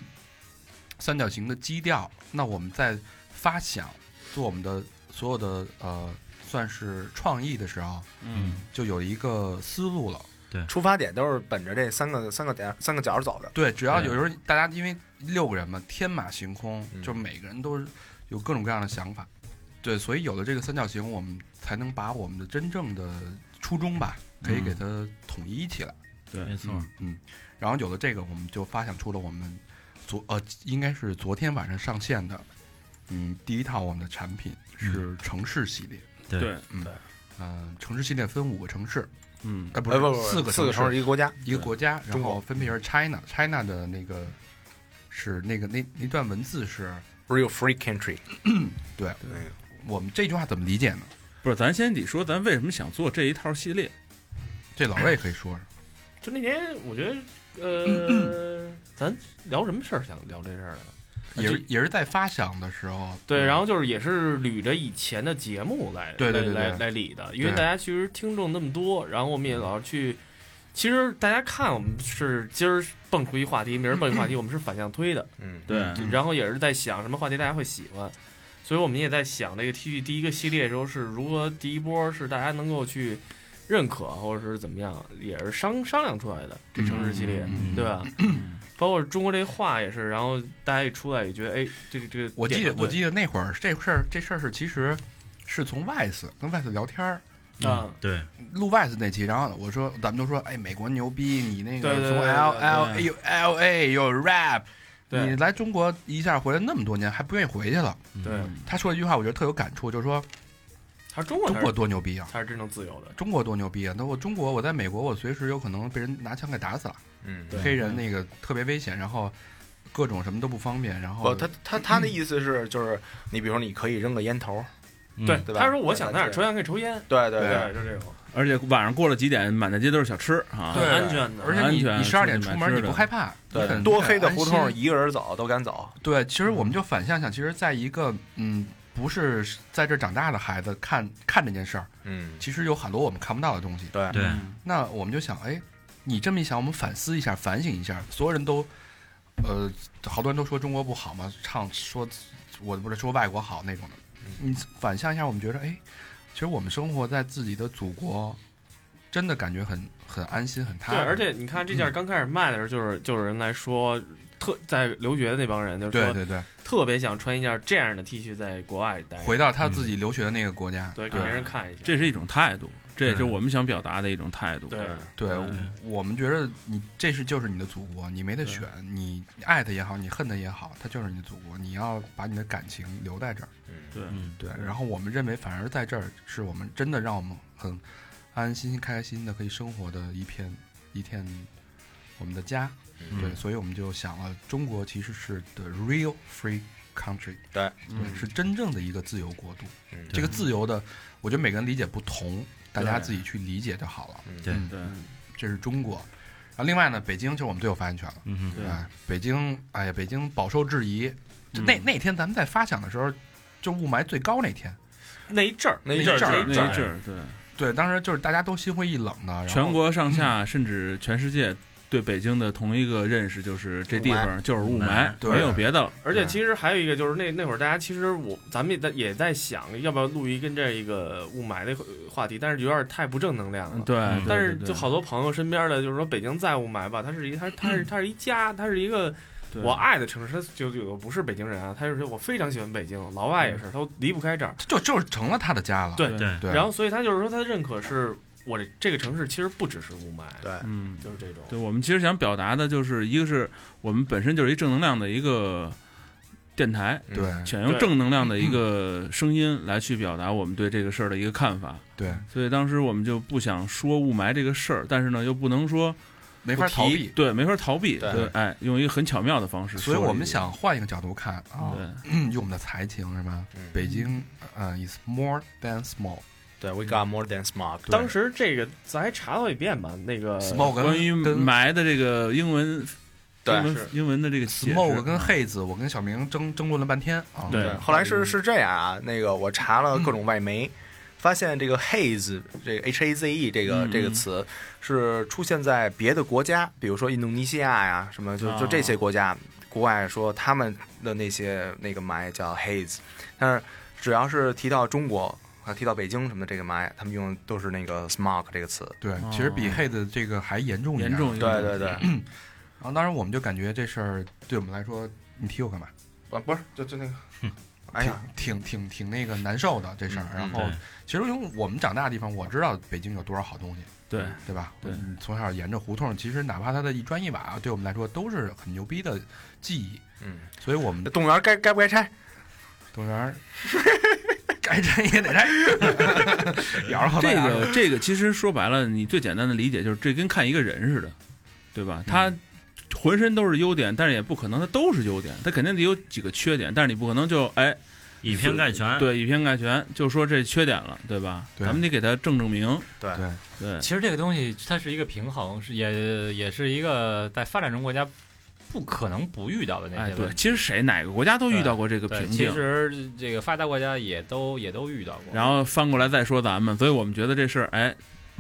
[SPEAKER 4] 三角形的基调，那我们在发想做我们的所有的呃，算是创意的时候，
[SPEAKER 2] 嗯，
[SPEAKER 4] 就有一个思路了。
[SPEAKER 2] 对，
[SPEAKER 7] 出发点都是本着这三个三个点三个角儿走的。
[SPEAKER 4] 对，只要有时候大家因为六个人嘛，天马行空，就每个人都是有各种各样的想法，对，所以有了这个三角形，我们才能把我们的真正的初衷吧，可以给它统一起来。
[SPEAKER 3] 对，
[SPEAKER 2] 没错
[SPEAKER 4] 嗯，嗯然后有了这个，我们就发想出了我们昨呃，应该是昨天晚上上线的，嗯，第一套我们的产品是城市系列。
[SPEAKER 2] 对对
[SPEAKER 4] 嗯，呃，城市系列分五个城市，
[SPEAKER 2] 嗯，
[SPEAKER 4] 呃，不是，
[SPEAKER 7] 呃不不不
[SPEAKER 4] 四个
[SPEAKER 7] 四个城
[SPEAKER 4] 城
[SPEAKER 7] 市一个国家
[SPEAKER 4] 一个国家，
[SPEAKER 7] 中
[SPEAKER 4] 然
[SPEAKER 7] 国
[SPEAKER 4] 后分别是 China，China 的那个是那个那那段文字是
[SPEAKER 7] Real Free Country，
[SPEAKER 4] 对，我们这句话怎么理解呢？
[SPEAKER 2] 不是，咱先得说咱为什么想做这一套系列，
[SPEAKER 4] 这老魏可以说说。
[SPEAKER 8] 就那天我觉得，呃，咱聊什么事儿想聊这事儿来嗯了？
[SPEAKER 4] 也是也是在发想的时候，
[SPEAKER 8] 对，然后就是也是捋着以前的节目来
[SPEAKER 4] 对对对
[SPEAKER 8] 来来
[SPEAKER 4] 对
[SPEAKER 8] 来理的，因为
[SPEAKER 4] 对
[SPEAKER 8] 大家其实听众那么多，然后我们也老是去，其实大家看我们是今儿蹦出一话题，明儿蹦一话题，我们是反向推的，
[SPEAKER 7] 嗯
[SPEAKER 2] 对
[SPEAKER 8] 然后也是在想什么话题大家会喜欢，所以我们也在想这个 T G 第一个系列的时候是如何第一波是大家能够去认可或者是怎么样，也是商商量出来的这城市系列，对吧？ 包括中国这话也是，然后大家一出来也觉得，哎，这个这个，
[SPEAKER 4] 我记得我记
[SPEAKER 8] 得，
[SPEAKER 4] 得那会儿这事儿这事儿是其实是从 Vice 跟 Vice 聊天儿
[SPEAKER 8] 啊
[SPEAKER 13] 对，
[SPEAKER 4] 录 Vice 那期，然后我说咱们都说哎美国牛逼，你那个
[SPEAKER 8] 对对
[SPEAKER 4] 从
[SPEAKER 8] 对
[SPEAKER 4] L
[SPEAKER 8] 对
[SPEAKER 4] L
[SPEAKER 8] 对
[SPEAKER 4] 有 L A 有 rap，
[SPEAKER 8] 对
[SPEAKER 4] 你来中国一下回来那么多年还不愿意回去了。
[SPEAKER 8] 对，
[SPEAKER 4] 他说一句话我觉得特有感触，就是说
[SPEAKER 8] 他中国
[SPEAKER 4] 中国多牛逼啊！
[SPEAKER 8] 他是真正自由的，
[SPEAKER 4] 中国多牛逼啊！那我中国我在美国我随时有可能被人拿枪给打死了，
[SPEAKER 7] 嗯
[SPEAKER 4] 黑人那个特别危险，然后各种什么都不方便，然后
[SPEAKER 7] 不，他他他的意思是，就是你比如说你可以扔个烟头，
[SPEAKER 2] 对
[SPEAKER 7] 对吧？
[SPEAKER 8] 他说我想在哪儿抽烟可以抽烟，
[SPEAKER 7] 对对
[SPEAKER 8] 对，就这种，
[SPEAKER 2] 而且晚上过了几点，满大街都是小吃啊，
[SPEAKER 8] 很安全的
[SPEAKER 4] 而且
[SPEAKER 2] 安
[SPEAKER 4] 你
[SPEAKER 2] 全
[SPEAKER 4] 你十二点
[SPEAKER 2] 出
[SPEAKER 4] 出
[SPEAKER 2] 去买吃
[SPEAKER 4] 门你
[SPEAKER 2] 的
[SPEAKER 4] 不害怕，你
[SPEAKER 7] 对，
[SPEAKER 4] 很
[SPEAKER 7] 多黑的胡同
[SPEAKER 4] 很安心嗯
[SPEAKER 7] 一个人走都敢走，
[SPEAKER 4] 对，其实我们就反向想，其实在一个嗯，不是在这长大的孩子看看这件事儿，
[SPEAKER 7] 嗯，
[SPEAKER 4] 其实有很多我们看不到的东西。
[SPEAKER 7] 对
[SPEAKER 13] 对
[SPEAKER 4] 那我们就想，哎，你这么一想，我们反思一下，反省一下，所有人都，呃，好多人都说中国不好嘛，唱说我不是说外国好那种的，你反向一下，我们觉得，哎，其实我们生活在自己的祖国，真的感觉很很安心，很踏
[SPEAKER 8] 对，
[SPEAKER 4] 实。
[SPEAKER 8] 而且你看这件儿刚开始卖的时候，就是就有人来说，特在留学的那帮人就
[SPEAKER 4] 对
[SPEAKER 8] 说，
[SPEAKER 4] 对对，
[SPEAKER 8] 特别想穿一件这样的 T 恤在国外待着，
[SPEAKER 4] 回到他自己留学的那个国家，
[SPEAKER 8] 嗯对给别人看一下，
[SPEAKER 2] 这是一种态度，这也就是我们想表达的一种态度。
[SPEAKER 8] 对
[SPEAKER 4] 对，我们觉得你这是就是你的祖国，你没得选，你爱他也好，你恨他也好，他就是你的祖国，你要把你的感情留在这儿。
[SPEAKER 7] 嗯
[SPEAKER 2] 对
[SPEAKER 4] 对，然后我们认为，反而在这儿是我们真的让我们很安安心心、开开心心的可以生活的一片一片我们的家。
[SPEAKER 2] 嗯
[SPEAKER 4] 对，所以我们就想了，中国其实是 the real free country，
[SPEAKER 7] 对，
[SPEAKER 2] 嗯
[SPEAKER 4] 是真正的一个自由国度
[SPEAKER 7] 嗯。
[SPEAKER 4] 这个自由的，我觉得每个人理解不同，大家
[SPEAKER 2] 对
[SPEAKER 4] 自己去理解就好了。
[SPEAKER 2] 对
[SPEAKER 4] 嗯
[SPEAKER 2] 对，
[SPEAKER 4] 这是中国。然后另外呢，北京就是我们最有发言权了。
[SPEAKER 13] 嗯
[SPEAKER 2] 对嗯
[SPEAKER 4] 啊，北京，哎呀，北京饱受质疑。就那那天咱们在发想的时候，就雾霾最高那天，
[SPEAKER 8] 那一阵儿，
[SPEAKER 7] 那一
[SPEAKER 4] 阵
[SPEAKER 7] 阵
[SPEAKER 4] 儿
[SPEAKER 7] 儿
[SPEAKER 2] 那一阵儿，对，
[SPEAKER 4] 对，当时就是大家都心灰意冷的。然后
[SPEAKER 2] 全国上下甚至全世界对北京的同一个认识就是这地方就是雾霾，
[SPEAKER 4] 对
[SPEAKER 2] 没有别的了。
[SPEAKER 8] 而且其实还有一个就是那那会儿大家其实我咱们也在也在想要不要录一跟这个雾霾的话题，但是有点太不正能量了。
[SPEAKER 2] 对，对
[SPEAKER 3] 嗯
[SPEAKER 8] 但是
[SPEAKER 2] 对对
[SPEAKER 8] 就好多朋友身边的就是说北京再雾霾吧，它是一它它是它是一家，它是一个
[SPEAKER 2] 嗯对
[SPEAKER 8] 我爱的城市。他就就不是北京人啊，他就是我非常喜欢北京，老外
[SPEAKER 2] 嗯
[SPEAKER 8] 也是，他离不开这儿。
[SPEAKER 4] 就就是成了他的家了。
[SPEAKER 8] 对
[SPEAKER 13] 对
[SPEAKER 4] 对，
[SPEAKER 8] 然后所以他就是说他认可是我这这个城市其实不只是雾霾，
[SPEAKER 7] 对，
[SPEAKER 2] 嗯，
[SPEAKER 8] 就是这种。
[SPEAKER 2] 对，我们其实想表达的就是，一个是我们本身就是一正能量的一个电台，
[SPEAKER 4] 对
[SPEAKER 3] 嗯
[SPEAKER 2] 想用
[SPEAKER 8] 对
[SPEAKER 2] 正能量的一个声音来去表达我们对这个事儿的一个看法。
[SPEAKER 4] 对，
[SPEAKER 2] 所以当时我们就不想说雾霾这个事儿，但是呢又不能说
[SPEAKER 4] 没法逃避。
[SPEAKER 2] 对，没法逃避，
[SPEAKER 7] 对
[SPEAKER 2] 对，哎，用一个很巧妙的方式说
[SPEAKER 4] 所
[SPEAKER 2] 了一
[SPEAKER 4] 以
[SPEAKER 2] 个。
[SPEAKER 4] 我们想换一个角度看啊，
[SPEAKER 2] 对
[SPEAKER 4] 用我们的才情是吧？
[SPEAKER 7] 嗯
[SPEAKER 4] 北京，呃，is more than small。
[SPEAKER 7] 对，We got more than smog，
[SPEAKER 8] 当时这个咱还查到一遍吧，那个
[SPEAKER 4] smoke
[SPEAKER 2] 呃关于
[SPEAKER 4] 跟跟
[SPEAKER 2] 霾的这个英文，
[SPEAKER 7] 对
[SPEAKER 2] 英文
[SPEAKER 8] 是
[SPEAKER 2] 英文的这个解释
[SPEAKER 4] smoke 跟 haze，我跟小明争争论了半天啊。
[SPEAKER 2] 嗯对
[SPEAKER 7] 后来是是这样啊，那个我查了各种外媒，发现这个 haze 这个 h a z e 这个、
[SPEAKER 2] 嗯
[SPEAKER 7] 这个词是出现在别的国家，比如说印度尼西亚呀、什么就就这些国家，国外说他们的那些那个霾叫 haze，但是只要是提到中国。啊，提到北京什么的这个霾，他们用的都是那个 smog 这个词。
[SPEAKER 4] 对，其实比 haze 这个还严重一
[SPEAKER 2] 哦
[SPEAKER 4] 点。
[SPEAKER 2] 严重一
[SPEAKER 7] 对
[SPEAKER 2] 点
[SPEAKER 7] 对对，
[SPEAKER 4] 然后当时我们就感觉这事儿对我们来说，你提我干嘛？
[SPEAKER 7] 不不是，就就那个， 哎呀，
[SPEAKER 4] 挺挺挺那个难受的这事儿。然后，其实因为我们长大的地方，我知道北京有多少好东西，
[SPEAKER 2] 对
[SPEAKER 4] 对吧？
[SPEAKER 2] 对
[SPEAKER 4] 嗯，从小沿着胡同，其实哪怕它的一砖一瓦，对我们来说都是很牛逼的记忆。
[SPEAKER 7] 嗯，
[SPEAKER 4] 所以我们
[SPEAKER 7] 这动物园该该不该拆？
[SPEAKER 4] 动物园儿该摘也得 摘，咬着后槽
[SPEAKER 3] 这
[SPEAKER 4] 牙
[SPEAKER 3] 个呃这个其实说白了，你最简单的理解就是这跟看一个人似的，对吧？
[SPEAKER 8] 嗯
[SPEAKER 3] 他浑身都是优点，但是也不可能他都是优点，他肯定得有几个缺点，但是你不可能就哎
[SPEAKER 8] 以偏概全
[SPEAKER 3] 对，以偏概全就说这缺点了，对吧？
[SPEAKER 8] 对
[SPEAKER 3] 咱们得给他正正名，
[SPEAKER 7] 对
[SPEAKER 4] 对
[SPEAKER 3] 对。
[SPEAKER 8] 其实这个东西它是一个平衡，是也也是一个在发展中国家不可能不遇到的那
[SPEAKER 3] 哎，
[SPEAKER 8] 些问
[SPEAKER 3] 对，
[SPEAKER 8] 题。
[SPEAKER 3] 其实谁哪个国家都遇到过这个
[SPEAKER 8] 对
[SPEAKER 3] 瓶
[SPEAKER 8] 其
[SPEAKER 3] 颈，
[SPEAKER 8] 实这个发达国家也都也都遇到过。
[SPEAKER 3] 然后翻过来再说咱们，所以我们觉得这事儿，哎，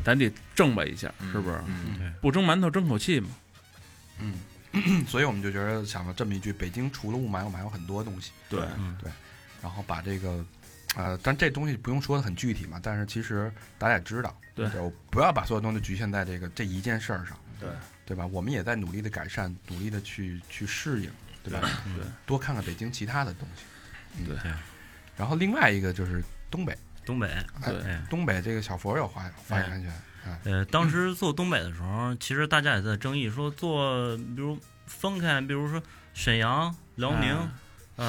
[SPEAKER 3] 咱得正吧一下，
[SPEAKER 8] 嗯
[SPEAKER 3] 是不是？不蒸馒头争口气嘛。
[SPEAKER 4] 嗯，所以我们就觉得想了这么一句：北京除了雾霾，我们还有很多东西。嗯
[SPEAKER 3] 对
[SPEAKER 4] 对，然后把这个，呃，但这东西不用说的很具体嘛，但是其实大家也知道，
[SPEAKER 3] 对
[SPEAKER 4] 就不要把所有东西局限在这个这一件事儿上，
[SPEAKER 3] 对
[SPEAKER 4] 对吧？我们也在努力的改善，努力的去去适应，对吧？嗯
[SPEAKER 3] 对对
[SPEAKER 4] 多看看北京其他的东西。嗯
[SPEAKER 3] 对，
[SPEAKER 4] 然后另外一个就是东北，
[SPEAKER 2] 东北
[SPEAKER 4] 哎
[SPEAKER 2] 对
[SPEAKER 4] 东北这个小佛有发发言权，哎
[SPEAKER 2] 呃，当时做东北的时候，其实大家也在争议，说做比如分开，比如说沈阳、辽宁，
[SPEAKER 3] 啊
[SPEAKER 2] 啊、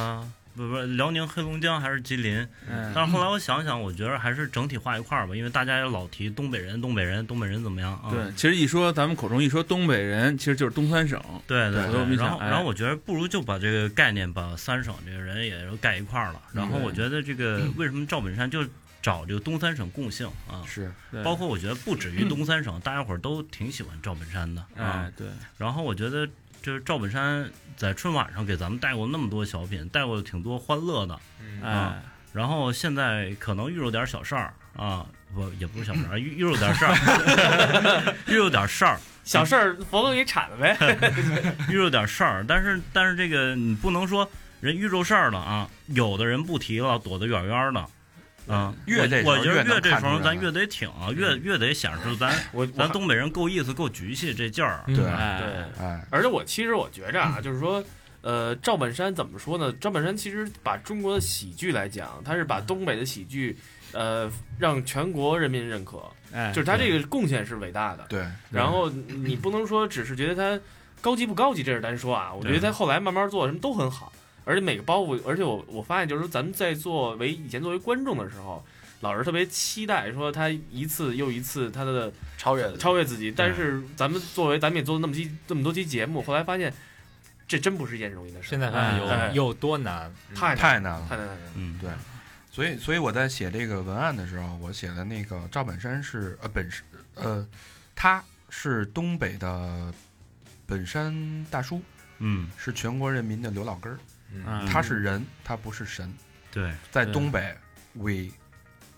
[SPEAKER 2] 不不，辽宁、黑龙江还是吉林。
[SPEAKER 3] 嗯
[SPEAKER 2] 但是后来我想想，我觉得还是整体画一块儿吧，因为大家也老提东北人，东北人，东北人怎么样
[SPEAKER 8] 嗯
[SPEAKER 2] 啊？
[SPEAKER 3] 对，其实一说咱们口中一说东北人，其实就是东三省。
[SPEAKER 2] 对
[SPEAKER 3] 所以我
[SPEAKER 2] 对，
[SPEAKER 3] 们
[SPEAKER 2] 然后
[SPEAKER 3] 想，哎
[SPEAKER 2] 然后我觉得不如就把这个概念，把三省这个人也都盖一块儿了。然后
[SPEAKER 3] 嗯
[SPEAKER 2] 我觉得这个为什么赵本山就找这个东三省共性啊？
[SPEAKER 4] 是
[SPEAKER 3] 对
[SPEAKER 2] 包括我觉得不止于东三省，大家伙儿都挺喜欢赵本山的啊
[SPEAKER 3] 哎。对，
[SPEAKER 2] 然后我觉得就是赵本山在春晚上给咱们带过那么多小品，带过挺多欢乐的，
[SPEAKER 3] 嗯
[SPEAKER 2] 啊
[SPEAKER 3] 哎。
[SPEAKER 2] 然后现在可能遇着点小事儿啊，不也不是小事 儿，遇遇着点事儿， 遇着点事儿，
[SPEAKER 10] 小事儿佛哥给铲了呗。
[SPEAKER 2] 遇着点事儿，但是但是这个你不能说人遇着事儿了啊，有的人不提了，躲得远远的。啊，
[SPEAKER 4] 越这时候
[SPEAKER 2] 我我觉得
[SPEAKER 4] 越能
[SPEAKER 2] 越这时
[SPEAKER 4] 看
[SPEAKER 2] 候
[SPEAKER 4] 出来嗯
[SPEAKER 2] 咱越得挺啊，越越得显示 咱咱东北人够意思够局气这劲
[SPEAKER 8] 嗯
[SPEAKER 2] 儿。
[SPEAKER 10] 对
[SPEAKER 2] 哎，
[SPEAKER 4] 哎，
[SPEAKER 10] 而且我其实我觉着
[SPEAKER 3] 嗯
[SPEAKER 10] 啊，就是说，呃，赵本山怎么说呢？赵本山其实把中国的喜剧来讲，他是
[SPEAKER 3] 嗯
[SPEAKER 10] 把东北的喜剧，呃，让全国人民认可，
[SPEAKER 3] 哎
[SPEAKER 10] 就是他这个贡献是伟大的。
[SPEAKER 4] 对
[SPEAKER 10] 然后你不能说只是觉得他高级不高级，这是单说啊。我觉得
[SPEAKER 3] 对
[SPEAKER 10] 他后来慢慢做什么都很好，而且每个包袱，而且我我发现就是说，咱们在作为以前作为观众的时候，老是特别期待说他一次又一次他的
[SPEAKER 7] 超越
[SPEAKER 10] 超越自己，但是咱们作为咱们也做了那么期这么多期节目，后来发现这真不是一件容易的事。
[SPEAKER 8] 现在发现有、
[SPEAKER 10] 哎
[SPEAKER 8] 有多难，
[SPEAKER 10] 太
[SPEAKER 4] 太难
[SPEAKER 10] 难了
[SPEAKER 4] 了，
[SPEAKER 10] 太难了太难了
[SPEAKER 2] 嗯，
[SPEAKER 4] 对。所以，所以我在写这个文案的时候，我写的那个赵本山是呃本是呃，他是东北的本山大叔，
[SPEAKER 2] 嗯，
[SPEAKER 4] 是全国人民的刘老根儿，
[SPEAKER 2] 嗯
[SPEAKER 4] 他是人，他不是神。
[SPEAKER 2] 对
[SPEAKER 4] 在
[SPEAKER 2] 对
[SPEAKER 4] 东北，we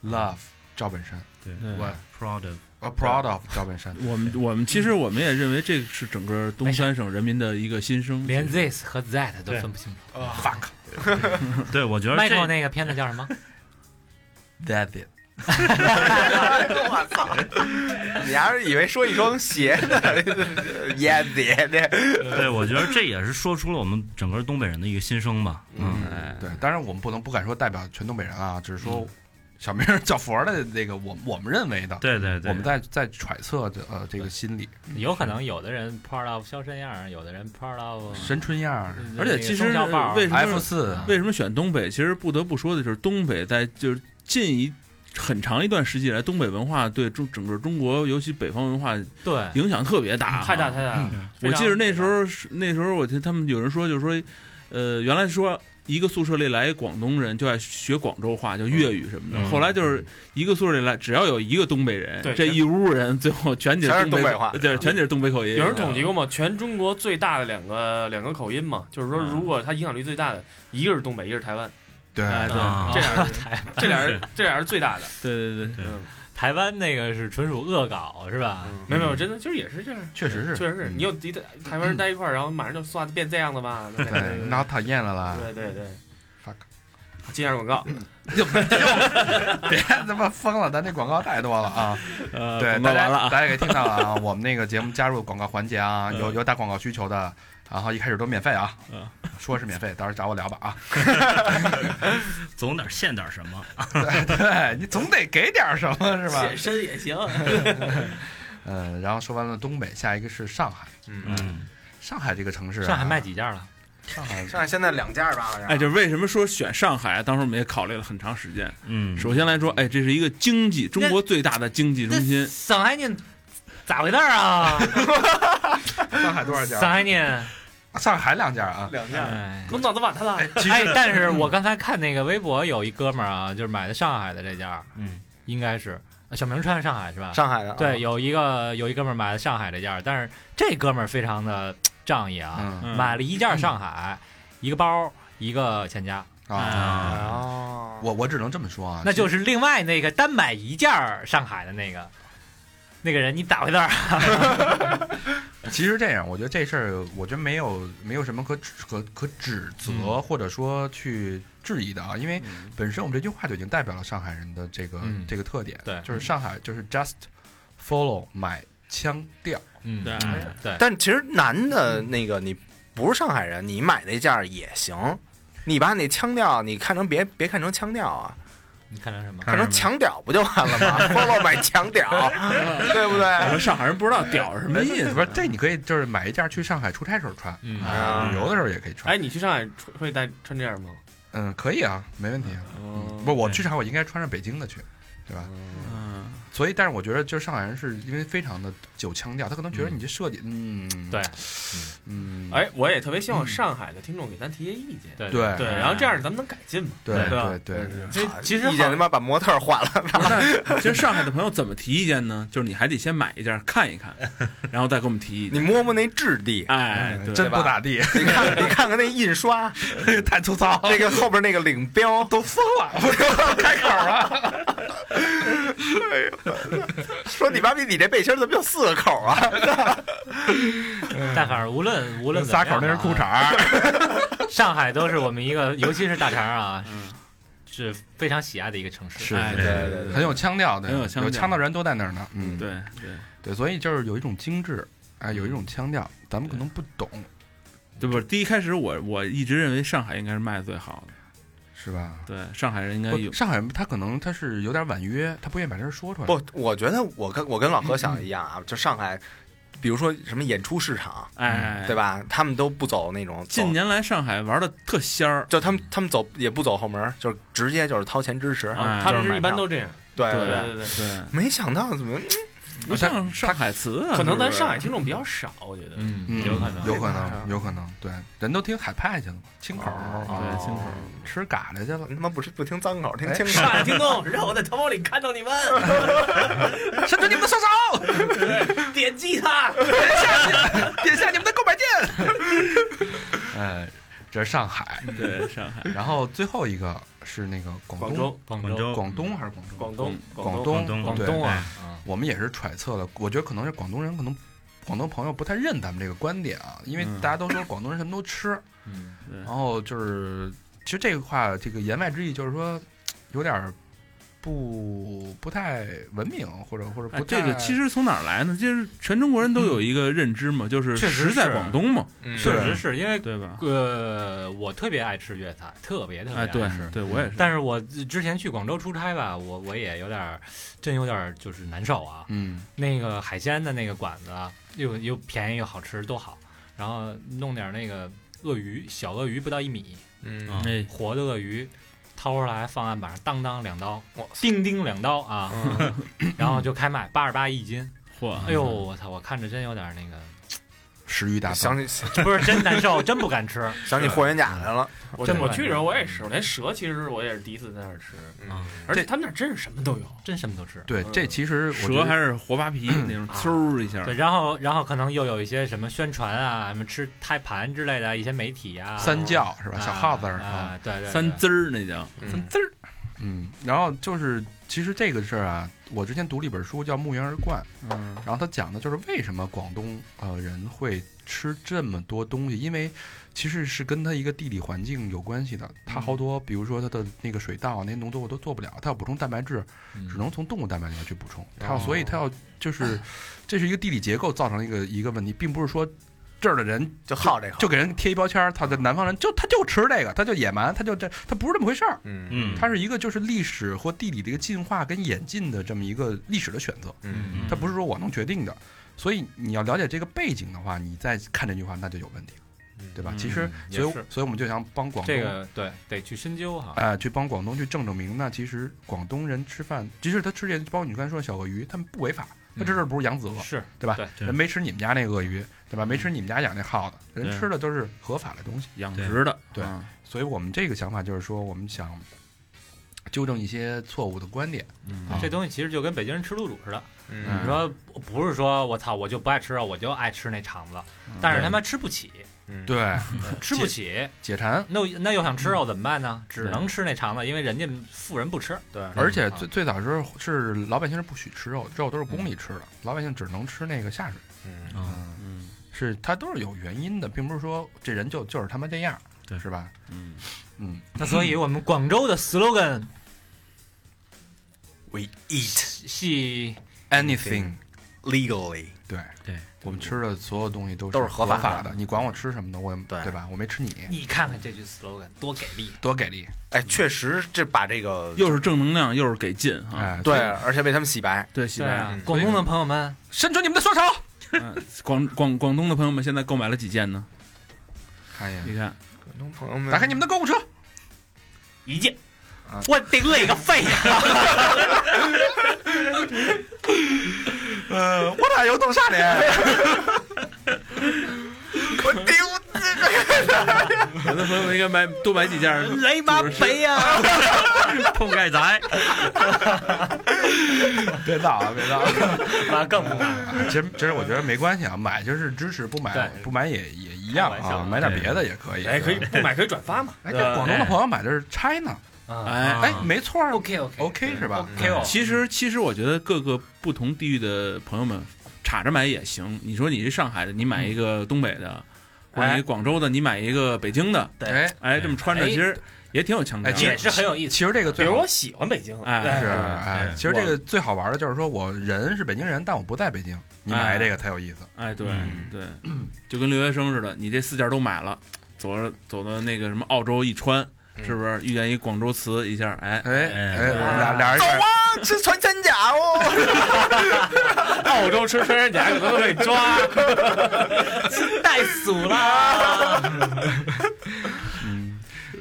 [SPEAKER 4] love 赵本山，
[SPEAKER 2] 对
[SPEAKER 4] 我
[SPEAKER 2] 我 proud of
[SPEAKER 4] a proud of 赵本山。
[SPEAKER 3] 我们我们其实我们也认为这是整个东三省人民的一个心声，
[SPEAKER 8] 连 this 和 that 都分不清楚。
[SPEAKER 2] fuck，对我觉得这
[SPEAKER 8] Michael 那个片子叫什么？
[SPEAKER 4] that it。
[SPEAKER 7] 我操！你还是以为说一双鞋呢？ 椰子的。
[SPEAKER 2] 对，我觉得这也是说出了我们整个东北人的一个心声吧。嗯，哎
[SPEAKER 4] 对，当然我们不能不敢说代表全东北人啊，只是说小明儿 叫佛儿的那个我我们认为的，
[SPEAKER 2] 对对对
[SPEAKER 4] 我们在在揣测的呃这个心理，
[SPEAKER 8] 有可能有的人 part of 肖申样儿，有的人 part of
[SPEAKER 4] 神春样儿
[SPEAKER 8] 嗯
[SPEAKER 3] 而且其实
[SPEAKER 8] 那个松小宝
[SPEAKER 3] 为什么
[SPEAKER 4] F 四
[SPEAKER 3] 为什么选东北？其实不得不说的就是东北在就是近一很长一段时期以来，东北文化对中整个中国，尤其北方文化
[SPEAKER 8] 对
[SPEAKER 3] 影响特别大啊，
[SPEAKER 10] 太大太大了
[SPEAKER 3] 嗯
[SPEAKER 10] 非
[SPEAKER 3] 我
[SPEAKER 10] 常
[SPEAKER 3] 记得那时候是那时候我听他们有人说，就是说，呃，原来说。一个宿舍里来一广东人，就爱学广州话，就粤语什么的。
[SPEAKER 2] 嗯
[SPEAKER 3] 后来就是一个宿舍里来，只要有一个东北人
[SPEAKER 10] 对，
[SPEAKER 3] 这一屋人最后全
[SPEAKER 10] 全
[SPEAKER 3] 是
[SPEAKER 10] 是东北话
[SPEAKER 3] 对，全是东北口音。
[SPEAKER 10] 有人统计过吗？全中国最大的两个两个口音嘛，就是
[SPEAKER 3] 嗯
[SPEAKER 10] 说，如果它影响力最大的，一个是东北，一个是台湾。
[SPEAKER 4] 对
[SPEAKER 10] 哎对
[SPEAKER 8] 啊，
[SPEAKER 10] 这俩是
[SPEAKER 8] 台湾
[SPEAKER 10] 这俩是这俩是最大的。
[SPEAKER 3] 对对
[SPEAKER 2] 对
[SPEAKER 8] 台湾那个是纯属恶搞是吧？
[SPEAKER 10] 没有没有，真的就是也是这样，
[SPEAKER 4] 确实是
[SPEAKER 10] 确实是。
[SPEAKER 4] 嗯
[SPEAKER 10] 你有敌的台湾人待一块儿，然后马上就算变这样了吧？对
[SPEAKER 4] 对，那我讨厌了啦，
[SPEAKER 10] 对对对
[SPEAKER 4] fuck。
[SPEAKER 10] 接下广告，
[SPEAKER 4] 别他妈疯了，咱这广告太多了啊！
[SPEAKER 3] 呃
[SPEAKER 4] 对，
[SPEAKER 3] 广告
[SPEAKER 4] 大家
[SPEAKER 3] 完了啊
[SPEAKER 4] 大家可以听到了啊，我们那个节目加入广告环节啊，有有打广告需求的，然后一开始都免费啊，说是免费，到时候找我聊吧啊。
[SPEAKER 2] 总得献点什么。
[SPEAKER 4] 对你总得给点什么是吧？呃
[SPEAKER 10] 写身也行。
[SPEAKER 4] 嗯，然后说完了东北，下一个是上海。
[SPEAKER 10] 嗯，
[SPEAKER 4] 上海这个城市啊、
[SPEAKER 8] 上海卖几件了？
[SPEAKER 4] 上海
[SPEAKER 7] 上海现在两家吧，好像
[SPEAKER 3] 哎，就是为什么说选上海？当时我们也考虑了很长时间。
[SPEAKER 14] 嗯，
[SPEAKER 3] 首先来说，哎，这是一个经济中国最大的经济中心。
[SPEAKER 8] 上海念咋回事 儿啊？
[SPEAKER 4] 上海多少家？
[SPEAKER 8] 上海念，
[SPEAKER 4] 上海两家啊，
[SPEAKER 8] 两家。哎，
[SPEAKER 1] 我脑子晚他了。
[SPEAKER 8] 哎，但
[SPEAKER 7] 嗯
[SPEAKER 8] 是我刚才看那个微博，有一哥们儿啊，就是买的上海的这家，
[SPEAKER 7] 嗯，
[SPEAKER 8] 应该是啊小明川上海是吧？
[SPEAKER 7] 上海的啊
[SPEAKER 8] 对，有一个有一哥们儿买的上海这件，但是这哥们儿非常的仗义啊，
[SPEAKER 7] 嗯
[SPEAKER 8] 买了一件上海，一个包，一个钱夹，
[SPEAKER 4] 啊，
[SPEAKER 7] 哦，
[SPEAKER 4] 我我只能这么说啊，
[SPEAKER 8] 那就是另外那个单买一件儿上海的那个那个人，你咋回事儿？
[SPEAKER 4] 其实这样，我觉得这事儿，我觉得没有没有什么可指可可指责、
[SPEAKER 8] 嗯
[SPEAKER 4] 或者说去质疑的啊，因为本身我们这句话就已经代表了上海人的这个、
[SPEAKER 8] 嗯
[SPEAKER 4] 这个特点，
[SPEAKER 8] 对
[SPEAKER 4] 就是上海就是 just follow 买腔调，
[SPEAKER 8] 嗯
[SPEAKER 3] 对
[SPEAKER 8] 对
[SPEAKER 7] 但其实男的那个你不是上海人，你买那件儿也行，你把那腔调你看成别别看成腔调啊，
[SPEAKER 8] 你看成什么？
[SPEAKER 7] 看成强屌不就完了吗？ 疯了买强屌，对不
[SPEAKER 3] 我
[SPEAKER 7] 对？
[SPEAKER 3] 们上海人不知道屌是什么意思。
[SPEAKER 4] 不是这你可以就是买一件去上海出差时候穿，
[SPEAKER 8] 嗯
[SPEAKER 4] 啊旅游的时候也可以穿，
[SPEAKER 1] 哎，你去上海穿会带穿这样吗？
[SPEAKER 4] 嗯，可以啊，没问题啊。
[SPEAKER 1] 嗯
[SPEAKER 4] 不，我去上海我应该穿上北京的去，对吧？
[SPEAKER 3] 嗯，
[SPEAKER 4] 所以，但是我觉得，就是上海人是因为非常的有腔调，他可能觉得你这设计，嗯，
[SPEAKER 8] 对，
[SPEAKER 4] 嗯，
[SPEAKER 1] 哎，我也特别希望上海的听众给咱提些意见，
[SPEAKER 8] 对
[SPEAKER 4] 对
[SPEAKER 1] 对，然后这样咱们能改进嘛，
[SPEAKER 4] 对
[SPEAKER 1] 吧？
[SPEAKER 4] 对对，
[SPEAKER 8] 其实其实
[SPEAKER 7] 意见他妈把模特儿换了，
[SPEAKER 3] 其实上海的朋友怎么提意见呢？就是你还得先买一件看一看，然后再给我们提意
[SPEAKER 7] 你
[SPEAKER 3] 见。
[SPEAKER 7] 摸摸那质地，
[SPEAKER 3] 哎，对
[SPEAKER 4] 真不咋地，
[SPEAKER 7] 你看你看看那印 刷，
[SPEAKER 4] 太粗糙，
[SPEAKER 7] 那个后边那个领标 都疯了，开口了。哎呦，说你妈逼，你这背心儿怎么有四个口啊？
[SPEAKER 8] 但反正无论无论怎
[SPEAKER 4] 仨
[SPEAKER 8] 么样
[SPEAKER 4] 口那是
[SPEAKER 8] 啊
[SPEAKER 4] 裤衩儿，
[SPEAKER 8] 上海都是我们一个，尤其是大肠啊，
[SPEAKER 7] 嗯
[SPEAKER 8] 是非常喜爱的一个城市。
[SPEAKER 4] 是
[SPEAKER 8] 哎
[SPEAKER 4] 对
[SPEAKER 7] 对对
[SPEAKER 4] 很有腔调的，
[SPEAKER 3] 很有
[SPEAKER 4] 有
[SPEAKER 3] 腔调
[SPEAKER 4] 腔调人都在那儿呢，嗯，
[SPEAKER 3] 对对
[SPEAKER 4] 对，所以就是有一种精致，哎，有一种腔调，咱们可能不懂，
[SPEAKER 3] 对不？第一开始我我一直认为上海应该是卖的最好的，
[SPEAKER 4] 是吧？
[SPEAKER 3] 对，上海人应该有
[SPEAKER 4] 不，上海人他可能他是有点婉约，他不愿意把这事儿说出来，
[SPEAKER 7] 不，我觉得我跟我跟老何想的一样啊，就上海，比如说什么演出市场，
[SPEAKER 3] 哎，
[SPEAKER 7] 嗯对？吧？他们都不走那种走
[SPEAKER 3] 近，年来上海玩的特仙儿，
[SPEAKER 7] 就他们他们走也不走后门儿，就是直接就是掏钱支持。
[SPEAKER 3] 啊
[SPEAKER 1] 他们
[SPEAKER 7] 就是买
[SPEAKER 1] 一般
[SPEAKER 7] 票
[SPEAKER 1] 都这样，
[SPEAKER 7] 对
[SPEAKER 1] 对
[SPEAKER 7] 对，
[SPEAKER 1] 对对。
[SPEAKER 3] 对，
[SPEAKER 7] 没想到怎么嗯
[SPEAKER 3] 不像上海词啊，
[SPEAKER 1] 可能
[SPEAKER 3] 是
[SPEAKER 1] 咱
[SPEAKER 3] 不是
[SPEAKER 1] 上海听众比较少，我觉得。
[SPEAKER 4] 嗯
[SPEAKER 8] 嗯，有可能。
[SPEAKER 4] 有可能，有可能，对，人都听海派去了嘛，哦清口儿，啊
[SPEAKER 3] 对清口儿
[SPEAKER 4] 吃嘎啦去 了，
[SPEAKER 7] 他妈不是不听脏口儿，听
[SPEAKER 4] 哎
[SPEAKER 7] 清口
[SPEAKER 1] 上
[SPEAKER 7] 儿。
[SPEAKER 1] 海听众，让我在淘宝里看到你们，
[SPEAKER 4] 伸出你们的双手，
[SPEAKER 1] 点击它。
[SPEAKER 4] 点下你们的购买键。 哎，这是上海，
[SPEAKER 3] 对上海，
[SPEAKER 4] 然后最后一个是那个广
[SPEAKER 1] 广
[SPEAKER 4] 东，
[SPEAKER 1] 州，
[SPEAKER 8] 广
[SPEAKER 14] 广
[SPEAKER 8] 州，
[SPEAKER 14] 州
[SPEAKER 4] 广东还是广州？
[SPEAKER 1] 广东，
[SPEAKER 4] 广
[SPEAKER 1] 东，
[SPEAKER 4] 东，
[SPEAKER 14] 广
[SPEAKER 4] 对
[SPEAKER 8] 东啊，
[SPEAKER 4] 我们也是揣测了，我觉得可能是广东人，可能广东朋友不太认咱们这个观点啊，因为
[SPEAKER 3] 嗯
[SPEAKER 4] 大家都说广东人什么都吃，
[SPEAKER 8] 嗯，
[SPEAKER 3] 对
[SPEAKER 4] 然后就是其实这个话，这个言外之意就是说有点儿不不太文明，或者或者
[SPEAKER 3] 哎
[SPEAKER 4] 不，太、
[SPEAKER 3] 这个其实从哪儿来呢？就是全中国人都有一个认知嘛，就是
[SPEAKER 8] 确实
[SPEAKER 3] 实在
[SPEAKER 8] 是
[SPEAKER 3] 广东嘛，
[SPEAKER 7] 嗯
[SPEAKER 8] 确实是因为
[SPEAKER 3] 对吧？
[SPEAKER 8] 呃，我特别爱吃粤菜，特别特别
[SPEAKER 3] 哎，
[SPEAKER 8] 爱
[SPEAKER 3] 对
[SPEAKER 8] 吃。，
[SPEAKER 3] 对我也是，
[SPEAKER 8] 但是我之前去广州出差吧，我我也有点儿，真有点儿就是难受啊。
[SPEAKER 4] 嗯
[SPEAKER 8] 那个海鲜的那个馆子啊又又便宜又好吃，都好。然后弄点儿那个鳄鱼，小鳄鱼不到一米，
[SPEAKER 7] 嗯，
[SPEAKER 3] 哎，
[SPEAKER 8] 活的鳄鱼，掏出来放案板上，当当两刀，叮叮两刀啊，
[SPEAKER 1] 嗯
[SPEAKER 8] 然后就开卖，八十八一斤。
[SPEAKER 3] 嚯，
[SPEAKER 2] 嗯
[SPEAKER 8] 哎呦，我操！我看着真有点那个，
[SPEAKER 4] 食欲大
[SPEAKER 7] 想
[SPEAKER 4] 增，
[SPEAKER 7] 起
[SPEAKER 8] 不是真难受，真不敢吃。
[SPEAKER 7] 想起霍元甲来了，
[SPEAKER 1] 我
[SPEAKER 8] 真
[SPEAKER 1] 我
[SPEAKER 8] 不
[SPEAKER 1] 去的时候我也是，我连蛇其实我也是第一次在那儿吃，
[SPEAKER 7] 嗯
[SPEAKER 1] 而且他们那儿真是什么都有。
[SPEAKER 8] 真什么都吃。
[SPEAKER 4] 对，这其实我觉
[SPEAKER 3] 呃蛇
[SPEAKER 4] 得
[SPEAKER 3] 还是活扒 皮那种，嗖一
[SPEAKER 1] 嗯
[SPEAKER 3] 下，
[SPEAKER 8] 对，然后然后可能又有一些什么宣传啊，什么吃胎盘之类的一些媒体啊，
[SPEAKER 4] 三教是吧？
[SPEAKER 8] 啊
[SPEAKER 4] 小耗子儿
[SPEAKER 8] 啊，对对，对
[SPEAKER 3] 三滋儿那叫，
[SPEAKER 7] 嗯
[SPEAKER 3] 滋儿，
[SPEAKER 4] 嗯，然后就是其实这个事儿啊，我之前读了一本书叫《墓园而冠》，
[SPEAKER 3] 嗯，
[SPEAKER 4] 然后他讲的就是为什么广东呃人会吃这么多东西，因为其实是跟他一个地理环境有关系的。他好多，比如说他的那个水稻啊那些农作物都做不了，他要补充蛋白质，
[SPEAKER 8] 嗯
[SPEAKER 4] 只能从动物蛋白里面去补充。他要所以他要就是这是一个地理结构造成了一个一个问题，并不是说。这儿的人
[SPEAKER 7] 就好这口，
[SPEAKER 4] 就给人贴一标签儿，他的南方人就他就吃这个，他就野蛮，他就这他不是这么回事儿。
[SPEAKER 7] 嗯
[SPEAKER 14] 嗯，
[SPEAKER 4] 它是一个就是历史或地理的一个进化跟演进的这么一个历史的选择，
[SPEAKER 7] 嗯
[SPEAKER 4] 它不是说我能决定的。所以你要了解这个背景的话，你再看这句话那就有问题了。对吧？
[SPEAKER 8] 嗯
[SPEAKER 4] 其实，
[SPEAKER 8] 也
[SPEAKER 4] 所以
[SPEAKER 8] 是
[SPEAKER 4] 所以我们就想帮广东
[SPEAKER 8] 这个对得去深究哈。
[SPEAKER 4] 啊、去帮广东去正正名。那其实广东人吃饭，即使他吃这，包括你刚才说的小鳄鱼，他们不违法，他吃的不是扬子鳄，
[SPEAKER 8] 是
[SPEAKER 4] 对吧？
[SPEAKER 8] 对
[SPEAKER 4] 人没吃你们家那鳄鱼，
[SPEAKER 3] 嗯
[SPEAKER 4] 对吧？没吃你们家养那耗子，人
[SPEAKER 8] 对
[SPEAKER 4] 吃的都是合法的东西，
[SPEAKER 3] 养殖的
[SPEAKER 4] 对，
[SPEAKER 3] 嗯
[SPEAKER 4] 所以我们这个想法就是说，我们想纠正一些错误的观点。
[SPEAKER 3] 嗯
[SPEAKER 4] 啊
[SPEAKER 8] 这东西其实就跟北京人吃卤煮似的。
[SPEAKER 4] 嗯
[SPEAKER 8] 你说不是说我操我就不爱吃肉，我就爱吃那肠子，
[SPEAKER 4] 嗯
[SPEAKER 8] 但是他妈吃不起，
[SPEAKER 4] 对，
[SPEAKER 8] 吃不起，
[SPEAKER 4] 解馋。
[SPEAKER 8] 那那又想吃肉怎么办呢？只
[SPEAKER 4] 嗯对
[SPEAKER 8] 能吃那肠子，因为人家富人 不吃。对
[SPEAKER 3] 嗯
[SPEAKER 4] 而且最最早时候是老百姓是不许吃肉，肉都是宫里吃的，老百姓只能吃那个下水。
[SPEAKER 14] 嗯
[SPEAKER 3] 嗯，
[SPEAKER 4] 是它都是有原因的，并不是说这人就就是他妈这样，对，是吧？
[SPEAKER 3] 嗯
[SPEAKER 4] 嗯，
[SPEAKER 8] 那所以我们广州的 slogan
[SPEAKER 7] We eat
[SPEAKER 8] 系
[SPEAKER 4] anything
[SPEAKER 7] legally，
[SPEAKER 4] 对
[SPEAKER 14] 对，
[SPEAKER 4] 我们吃的所有东西都
[SPEAKER 8] 都是
[SPEAKER 4] 合
[SPEAKER 8] 合
[SPEAKER 4] 法
[SPEAKER 8] 法的
[SPEAKER 4] 的，你管我吃什么的，我对吧？我没吃你，
[SPEAKER 8] 你看看这句 slogan 多给力，
[SPEAKER 4] 多给力！
[SPEAKER 7] 哎，确实这把
[SPEAKER 2] 嗯
[SPEAKER 7] 这个
[SPEAKER 3] 又是正能量，又是给劲啊！
[SPEAKER 7] 对，而且被他们洗白，
[SPEAKER 3] 对洗白啊！
[SPEAKER 4] 嗯
[SPEAKER 8] 广东的朋友们，
[SPEAKER 4] 伸出你们的双手。
[SPEAKER 3] 嗯广广广东的朋友们现在购买了几件呢？
[SPEAKER 4] 看一眼，
[SPEAKER 3] 你看，
[SPEAKER 7] 广东朋友们
[SPEAKER 4] 打开你们的购物车，
[SPEAKER 8] 一件，我顶你 个肺呀！
[SPEAKER 7] 呃，我俩有动啥呢？我丢
[SPEAKER 3] 有的朋友们应该买多买几件，
[SPEAKER 8] 雷马肥呀！
[SPEAKER 14] 碰盖 宅，
[SPEAKER 4] 别闹啊，别闹啊！
[SPEAKER 8] 那更不敢。
[SPEAKER 4] 其实其实我觉得没关系啊，买就是支持，不买
[SPEAKER 1] 对
[SPEAKER 4] 不买也也一样
[SPEAKER 1] 开玩笑
[SPEAKER 4] 啊，
[SPEAKER 1] 啊
[SPEAKER 4] 买点别的也可以。
[SPEAKER 1] 哎，可以
[SPEAKER 4] 对吧
[SPEAKER 1] 不买可以转发嘛。
[SPEAKER 4] 哎，这广东的朋友买的是 China，
[SPEAKER 3] 哎
[SPEAKER 4] 哎，
[SPEAKER 2] 啊
[SPEAKER 4] 没错
[SPEAKER 8] ，OK OK
[SPEAKER 4] OK 是吧嗯
[SPEAKER 3] 其实其实我觉得各个不同地域的朋友们插着买也行。你说你是上海的，你买一个东北的，
[SPEAKER 8] 哎
[SPEAKER 3] 或者你广州的，你买一个北京的，
[SPEAKER 4] 对，
[SPEAKER 3] 哎，这么穿着
[SPEAKER 4] 哎
[SPEAKER 3] 其实也挺有腔
[SPEAKER 8] 哎
[SPEAKER 3] 调，
[SPEAKER 8] 意思。
[SPEAKER 4] 其实这个最好，
[SPEAKER 1] 喜欢北京
[SPEAKER 3] 哎
[SPEAKER 4] 是
[SPEAKER 3] 对
[SPEAKER 4] 哎
[SPEAKER 3] 对，
[SPEAKER 4] 其实这个最好玩的就是说我人是北京人，但我不在北京，你买这个才有意思。
[SPEAKER 3] 哎，对
[SPEAKER 4] 嗯
[SPEAKER 3] 对，就跟留学生似的，你这四件都买了，走着走到那个什么澳洲一穿，
[SPEAKER 8] 嗯
[SPEAKER 3] 是不是遇见一广州词一下， 哎
[SPEAKER 4] 哎哎俩俩人
[SPEAKER 7] 走啊，吃穿山甲哦！
[SPEAKER 1] 澳洲吃穿山甲可能会 抓，
[SPEAKER 8] 太俗了。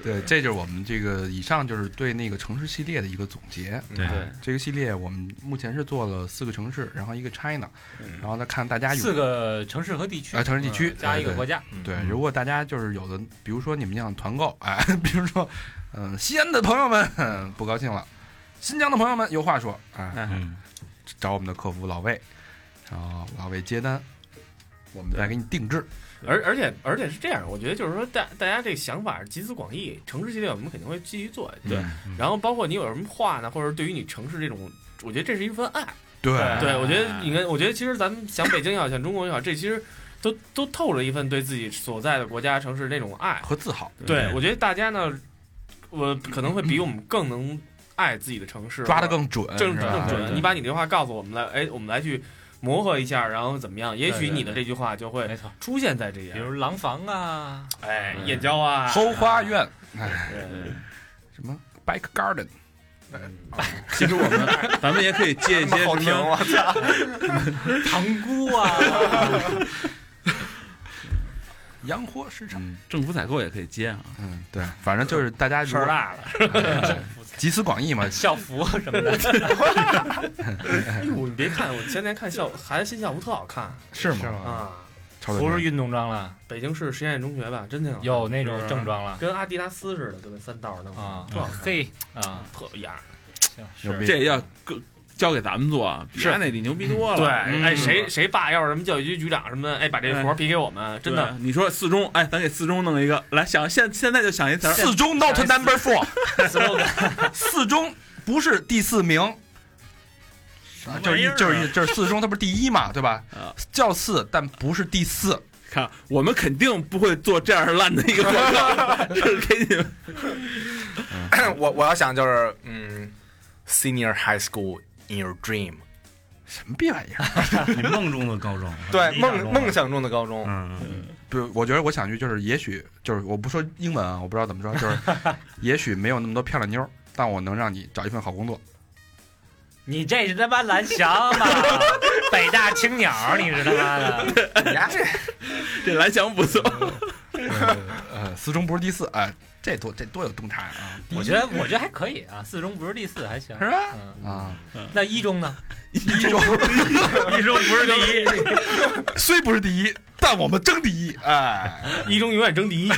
[SPEAKER 4] 对，这就是我们这个以上就是对那个城市系列的一个总结。
[SPEAKER 14] 对
[SPEAKER 4] 啊
[SPEAKER 14] 对
[SPEAKER 4] 这个系列我们目前是做了四个城市，然后一个 China，然后呢看大家有
[SPEAKER 8] 四个城市和地区
[SPEAKER 4] 啊，城市地区
[SPEAKER 8] 嗯加一个
[SPEAKER 4] 对
[SPEAKER 8] 国家，
[SPEAKER 4] 对，
[SPEAKER 8] 嗯
[SPEAKER 4] 如果大家就是有的，比如说你们想团购，哎，比如说，嗯、西安的朋友们哼不高兴了，新疆的朋友们有话说啊、哎
[SPEAKER 14] 嗯
[SPEAKER 4] 找我们的客服老魏，然后老魏接单，我们再给你定制。
[SPEAKER 1] 而而且而且是这样，我觉得就是说大大家这个想法集思广益，城市系列我们肯定会继续做，对。
[SPEAKER 4] 嗯
[SPEAKER 1] 然后包括你有什么话呢，或者对于你城市这种，我觉得这是一份爱。
[SPEAKER 4] 对
[SPEAKER 3] 哎
[SPEAKER 1] 对，我觉得你看，我觉得其实咱们想北京也好，想中国也好，这其实都都透着一份对自己所在的国家城市那种爱
[SPEAKER 4] 和自豪。
[SPEAKER 1] 对，我觉得大家呢，我可能会比我们更能爱自己的城市，
[SPEAKER 4] 抓得更准
[SPEAKER 1] 更
[SPEAKER 4] 是吧啊
[SPEAKER 1] 更
[SPEAKER 4] 对
[SPEAKER 1] 准。你把你这话告诉我们来，哎，我们来去磨合一下，然后怎么样？也许
[SPEAKER 8] 对对
[SPEAKER 1] 你的这句话就会出现在这些，比
[SPEAKER 8] 如廊坊啊，
[SPEAKER 1] 哎，燕郊啊，
[SPEAKER 4] 后花园，哎，什么 back garden，
[SPEAKER 3] 其实我们咱们也可以借一 些什么，
[SPEAKER 7] 操，
[SPEAKER 8] 塘沽啊，
[SPEAKER 4] 洋货市场，
[SPEAKER 3] 政府采购也可以接啊。
[SPEAKER 4] 嗯，对，反正就是大家如
[SPEAKER 8] 事
[SPEAKER 4] 果
[SPEAKER 8] 儿大了，
[SPEAKER 4] 集思广益嘛，
[SPEAKER 8] 校服啊什么的，
[SPEAKER 1] 哎呦，你别看我前天看 校孩子新校服特好看，
[SPEAKER 4] 是吗？
[SPEAKER 1] 啊，
[SPEAKER 4] 超
[SPEAKER 8] 不是运动装了，
[SPEAKER 1] 北京市实验中学吧，真挺好看
[SPEAKER 8] 有那种正装了
[SPEAKER 1] 跟阿迪达斯似的，就跟三道儿那种
[SPEAKER 8] 啊
[SPEAKER 1] 特好看
[SPEAKER 8] 嘿啊，
[SPEAKER 1] 特有样儿。
[SPEAKER 4] 牛逼
[SPEAKER 3] 这也要更交给咱们做，啊，比
[SPEAKER 1] 是
[SPEAKER 3] 他那里牛逼多了。
[SPEAKER 1] 对，
[SPEAKER 3] 嗯
[SPEAKER 1] 哎，谁谁爸要是什么教育局局长什么的，哎，把这活儿批给我们，真的
[SPEAKER 3] 对，你说四中， 哎，咱给四中弄一个，来想现现在就想一词儿，
[SPEAKER 4] 四中 not number four，四中不是第四名，啊就是一就是一就是四中，它不是第一嘛，对吧？叫四，但不是第四。
[SPEAKER 3] 看，我们肯定不会做这样烂的一个广 告，这是给你们。
[SPEAKER 7] 我我要想就是，嗯，senior high school in your dream，
[SPEAKER 4] 什么逼玩意儿？啊
[SPEAKER 14] 你梦中的高中，
[SPEAKER 7] 对
[SPEAKER 14] 理想中
[SPEAKER 2] 啊
[SPEAKER 7] 梦
[SPEAKER 14] 的
[SPEAKER 7] 梦想中的高中，
[SPEAKER 14] 嗯，
[SPEAKER 4] 不，我觉得我想句就是，也许就是我不说英文啊，我不知道怎么说，就是也许没有那么多漂亮妞儿，但我能让你找一份好工作。
[SPEAKER 8] 你这是他妈蓝翔吧？北大青鸟，你是他妈的，
[SPEAKER 7] 哎你丫这
[SPEAKER 3] 这蓝翔不错，
[SPEAKER 4] 呃呃，四中不是第四啊，这多这多有洞察啊！
[SPEAKER 8] 我觉得我觉得还可以啊，四中不是第四，还行，
[SPEAKER 4] 是吧？
[SPEAKER 8] 啊，
[SPEAKER 4] 嗯
[SPEAKER 8] 那一中呢？
[SPEAKER 4] 一中
[SPEAKER 8] 一中不是第一，
[SPEAKER 4] 虽不是第一，但我们争第一，哎，
[SPEAKER 1] 一中永远争第 一。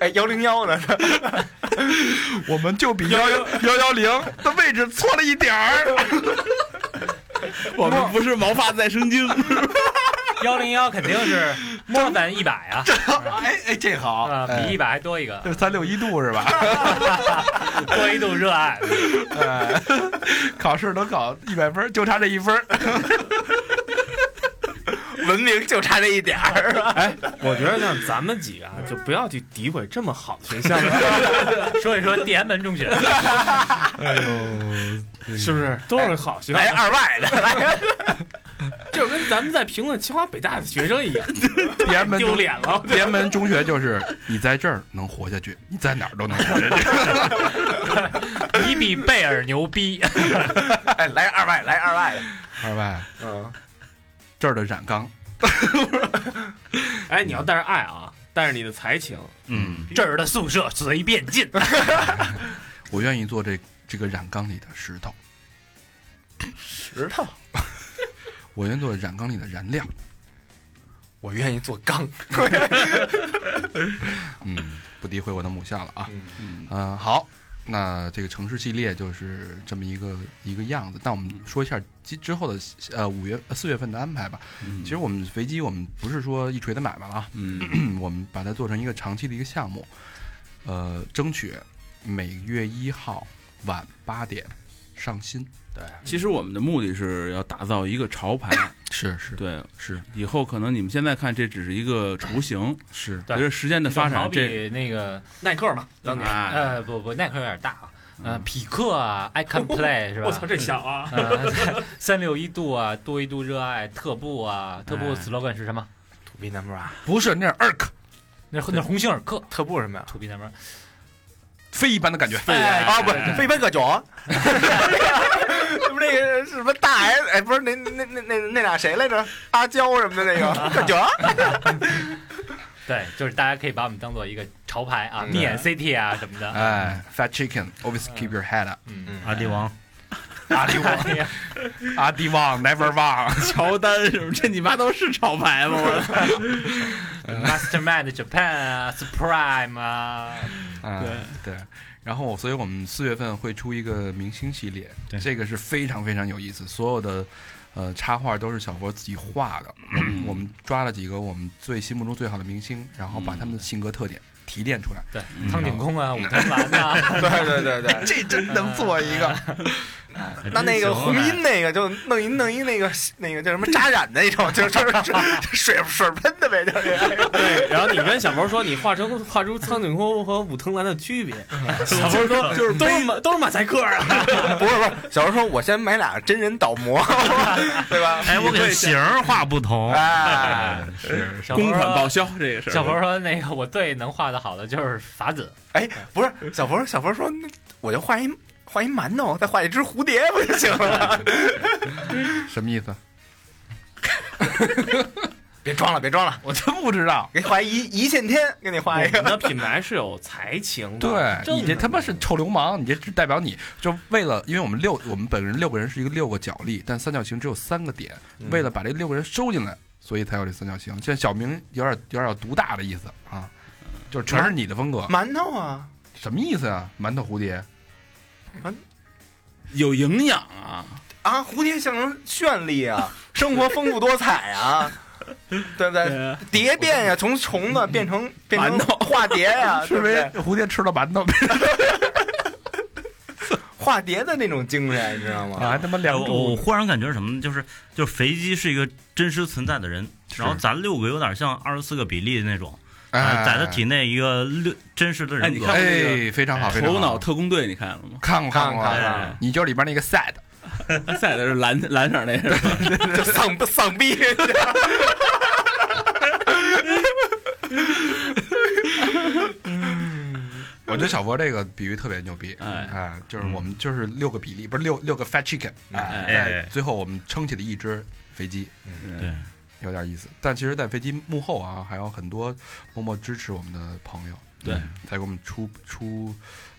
[SPEAKER 7] 哎，幺零幺呢？
[SPEAKER 4] 我们就比幺幺幺幺零的位置错了一点儿。
[SPEAKER 8] 我们
[SPEAKER 14] 不是毛发再生精，
[SPEAKER 8] 幺零幺肯定是摸咱一百啊，
[SPEAKER 4] 哎哎，这好
[SPEAKER 8] 啊，比一百还多一个，
[SPEAKER 4] 这三六一度是吧？
[SPEAKER 8] 多一度热爱，
[SPEAKER 4] 哎，考试能考一百分儿，就差这一分儿。
[SPEAKER 7] 文明就差这一点儿。
[SPEAKER 1] 哎，我觉得像咱们几个啊，就不要去诋毁这么好的学校了，
[SPEAKER 8] 说一说地安门中学，
[SPEAKER 4] 哎呦，
[SPEAKER 1] 是不是都是好学校？
[SPEAKER 7] 来二外的，
[SPEAKER 1] 就跟咱们在评论清华北大的学生一样，
[SPEAKER 4] 地安门中
[SPEAKER 1] 丢 脸了。
[SPEAKER 4] 地安门中学就是你在这儿能活下去，你在哪儿都能活下去。
[SPEAKER 8] 你比贝尔牛逼，
[SPEAKER 7] 哎，来二外，来二外的，
[SPEAKER 4] 二外，
[SPEAKER 7] 嗯，
[SPEAKER 4] 这儿的染缸，
[SPEAKER 1] 哎，你要带着爱啊，带着你的才情，
[SPEAKER 4] 嗯，
[SPEAKER 8] 这儿的宿舍随便进，
[SPEAKER 4] 我愿意做这这个染缸里的石头，
[SPEAKER 7] 石头，
[SPEAKER 4] 我愿意做染缸里的燃料。
[SPEAKER 7] 我愿意做缸。
[SPEAKER 4] 嗯，不诋毁我的母校了啊。
[SPEAKER 7] 嗯
[SPEAKER 4] 嗯、好，那这个城市系列就是这么一个一个样子。那我们说一下之之后的呃五月呃四月份的安排吧。
[SPEAKER 3] 嗯
[SPEAKER 14] 嗯
[SPEAKER 4] 其实我们飞机我们不是说一锤子买卖了啊，嗯，我们把它做成一个长期的一个项目，呃，争取每月一号晚八点上新。对，
[SPEAKER 3] 其实我们的目的是要打造一个 潮牌，
[SPEAKER 4] 是是，
[SPEAKER 3] 对
[SPEAKER 4] 是。
[SPEAKER 3] 以后可能你们现在看这只是一个雏 形，
[SPEAKER 4] 是
[SPEAKER 3] 随着时间的发
[SPEAKER 8] 就好
[SPEAKER 3] 展，这
[SPEAKER 8] 比那个
[SPEAKER 1] 耐克嘛，
[SPEAKER 8] 当年
[SPEAKER 14] 啊
[SPEAKER 3] 哎
[SPEAKER 8] 呃不不，耐克有点大啊，呃匹克啊，I can play 是吧？
[SPEAKER 1] 我操，这小啊！
[SPEAKER 8] 呃，三六一度啊，多一度热爱，特步啊，特步
[SPEAKER 7] 哎
[SPEAKER 8] slogan 是什么？
[SPEAKER 7] To be number one，
[SPEAKER 4] 不是那是 ERK，
[SPEAKER 8] 那是那是鸿星尔克
[SPEAKER 7] 特步什么呀
[SPEAKER 8] ？To be number，
[SPEAKER 4] 非一般的感觉。
[SPEAKER 8] 哎
[SPEAKER 7] 啊，不
[SPEAKER 8] 哎哎，
[SPEAKER 7] 飞奔个脚，那 不那个是什么大 S，哎，不是那那那那那俩谁来着？阿娇什么的那 个个脚，
[SPEAKER 8] 对，就是大家可以把我们当做一个潮牌啊，
[SPEAKER 4] 嗯
[SPEAKER 8] 密眼 CT 啊什么的。
[SPEAKER 4] 哎，Fat Chicken always keep your head up。
[SPEAKER 3] 哎
[SPEAKER 8] 嗯，
[SPEAKER 14] 阿迪 王，
[SPEAKER 4] 阿迪旺，
[SPEAKER 8] 哎
[SPEAKER 4] 阿迪旺，Never 忘。
[SPEAKER 14] 乔丹什么，这你妈都是潮牌吗？我操！
[SPEAKER 8] Mastermind Japan 啊，Supreme 啊，
[SPEAKER 4] 啊，对。然后，所以我们四月份会出一个明星系列，这个是非常非常有意思。所有的呃插画都是小佛自己画的，我们我们抓了几个我们最心目中最好的明星，然后把他们的性格特点提炼出来。
[SPEAKER 8] 对
[SPEAKER 4] 嗯，
[SPEAKER 8] 苍井空啊，武藤兰啊，
[SPEAKER 7] 对对对 对，哎
[SPEAKER 4] 这真能做一个。
[SPEAKER 7] 那那个红音那个就弄一弄一那个那个叫什么扎染的那种， 就是就是就是水水喷的呗， 就是哎呦。
[SPEAKER 1] 对， 然后你跟小毛说你画成画出苍井空和武藤兰的区别，
[SPEAKER 8] 嗯
[SPEAKER 1] 小 毛说
[SPEAKER 7] 就是
[SPEAKER 1] 都是马都是马赛克啊，
[SPEAKER 7] 不是不是，小时候说我先买俩真人倒模， 对吧？
[SPEAKER 14] 哎，我给型儿画不同，
[SPEAKER 7] 哎，
[SPEAKER 4] 是
[SPEAKER 8] 小
[SPEAKER 3] 公款
[SPEAKER 8] 猴
[SPEAKER 3] 报销这个事儿。
[SPEAKER 8] 小佛说：“那个我最能画的好的就是法子，
[SPEAKER 7] 哎，不是小佛，小佛说，那我就画一画一馒头，再画一只蝴蝶不就行了吗？
[SPEAKER 4] 什么意思？
[SPEAKER 7] 别装了，别装了，
[SPEAKER 4] 我真不知道。
[SPEAKER 7] 给你画一一线天，给你
[SPEAKER 1] 我
[SPEAKER 7] 画一
[SPEAKER 1] 们
[SPEAKER 7] 个。
[SPEAKER 1] 的品牌是有才情的，
[SPEAKER 4] 对你这他妈是臭流氓！你这只代表你就为了，因为我们六我们本人六个人是一个六个角力，但三角形只有三个点，为了把这六个人收进来，所以才有这三角形。现在小明有点有点要独大的意思啊，就是全是你的风格，
[SPEAKER 7] 馒头啊，
[SPEAKER 4] 什么意思啊？馒头蝴蝶
[SPEAKER 3] 有营养啊，
[SPEAKER 7] 啊，蝴蝶象征绚丽啊，生活丰富多彩啊，对不对？
[SPEAKER 4] 啊
[SPEAKER 7] 蝶变呀、从虫子变成变成化蝶 呀、
[SPEAKER 4] 是
[SPEAKER 7] 对
[SPEAKER 4] 因
[SPEAKER 7] 不
[SPEAKER 4] 为
[SPEAKER 7] 对？
[SPEAKER 4] 蝴蝶吃了馒头
[SPEAKER 7] 化蝶的那种精神，你知道吗？
[SPEAKER 4] 啊？他妈
[SPEAKER 14] 哎
[SPEAKER 4] 两
[SPEAKER 14] 我我忽然感觉什么呢？就是就是肥鸡是一个真实存在的人，然后咱六个有点像二十四个比例的那种，
[SPEAKER 4] 哎
[SPEAKER 14] 啊在他体内一个六真实的
[SPEAKER 3] 哎，你
[SPEAKER 14] 人格。
[SPEAKER 3] 看过那个
[SPEAKER 4] 哎非常好非常好
[SPEAKER 3] 头脑特工队》，你看了吗？
[SPEAKER 4] 看过看过
[SPEAKER 7] 看过
[SPEAKER 4] 哎你就是里边那个 sad，
[SPEAKER 3] 赛的是蓝蓝色那个是吧，
[SPEAKER 7] 就丧丧逼，
[SPEAKER 4] 我觉得小博这个比喻特别牛逼，哎就是我们就是六个比啊例，不是六六个 fat chicken，哎，
[SPEAKER 14] 哎
[SPEAKER 4] 最后我们撑起了一只飞机，嗯
[SPEAKER 14] 对，
[SPEAKER 4] 有点意思。但其实，在飞机幕后啊，还有很多默默支持我们的朋友，
[SPEAKER 3] 对
[SPEAKER 4] 嗯再给我们出出，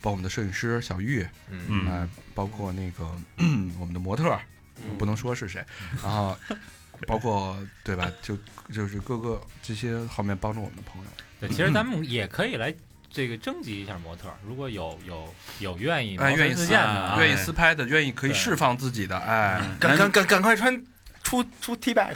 [SPEAKER 4] 包括我们的摄影师小玉，
[SPEAKER 3] 嗯
[SPEAKER 4] 呃包括那个 我们的模特儿，不能说是谁，然后包括对吧，就就是各个这些方面帮助我们的朋友。
[SPEAKER 8] 对，其实咱们也可以来这个征集一下模特儿，如果有有有愿意
[SPEAKER 4] 哎，
[SPEAKER 8] 毛
[SPEAKER 4] 愿
[SPEAKER 8] 遂
[SPEAKER 4] 意
[SPEAKER 8] 自
[SPEAKER 4] 私
[SPEAKER 8] 荐的啊，
[SPEAKER 4] 愿意私拍的，愿意可以
[SPEAKER 8] 对
[SPEAKER 4] 释放自己的，哎，
[SPEAKER 8] 赶赶
[SPEAKER 4] 赶赶快
[SPEAKER 7] 穿出出 T back，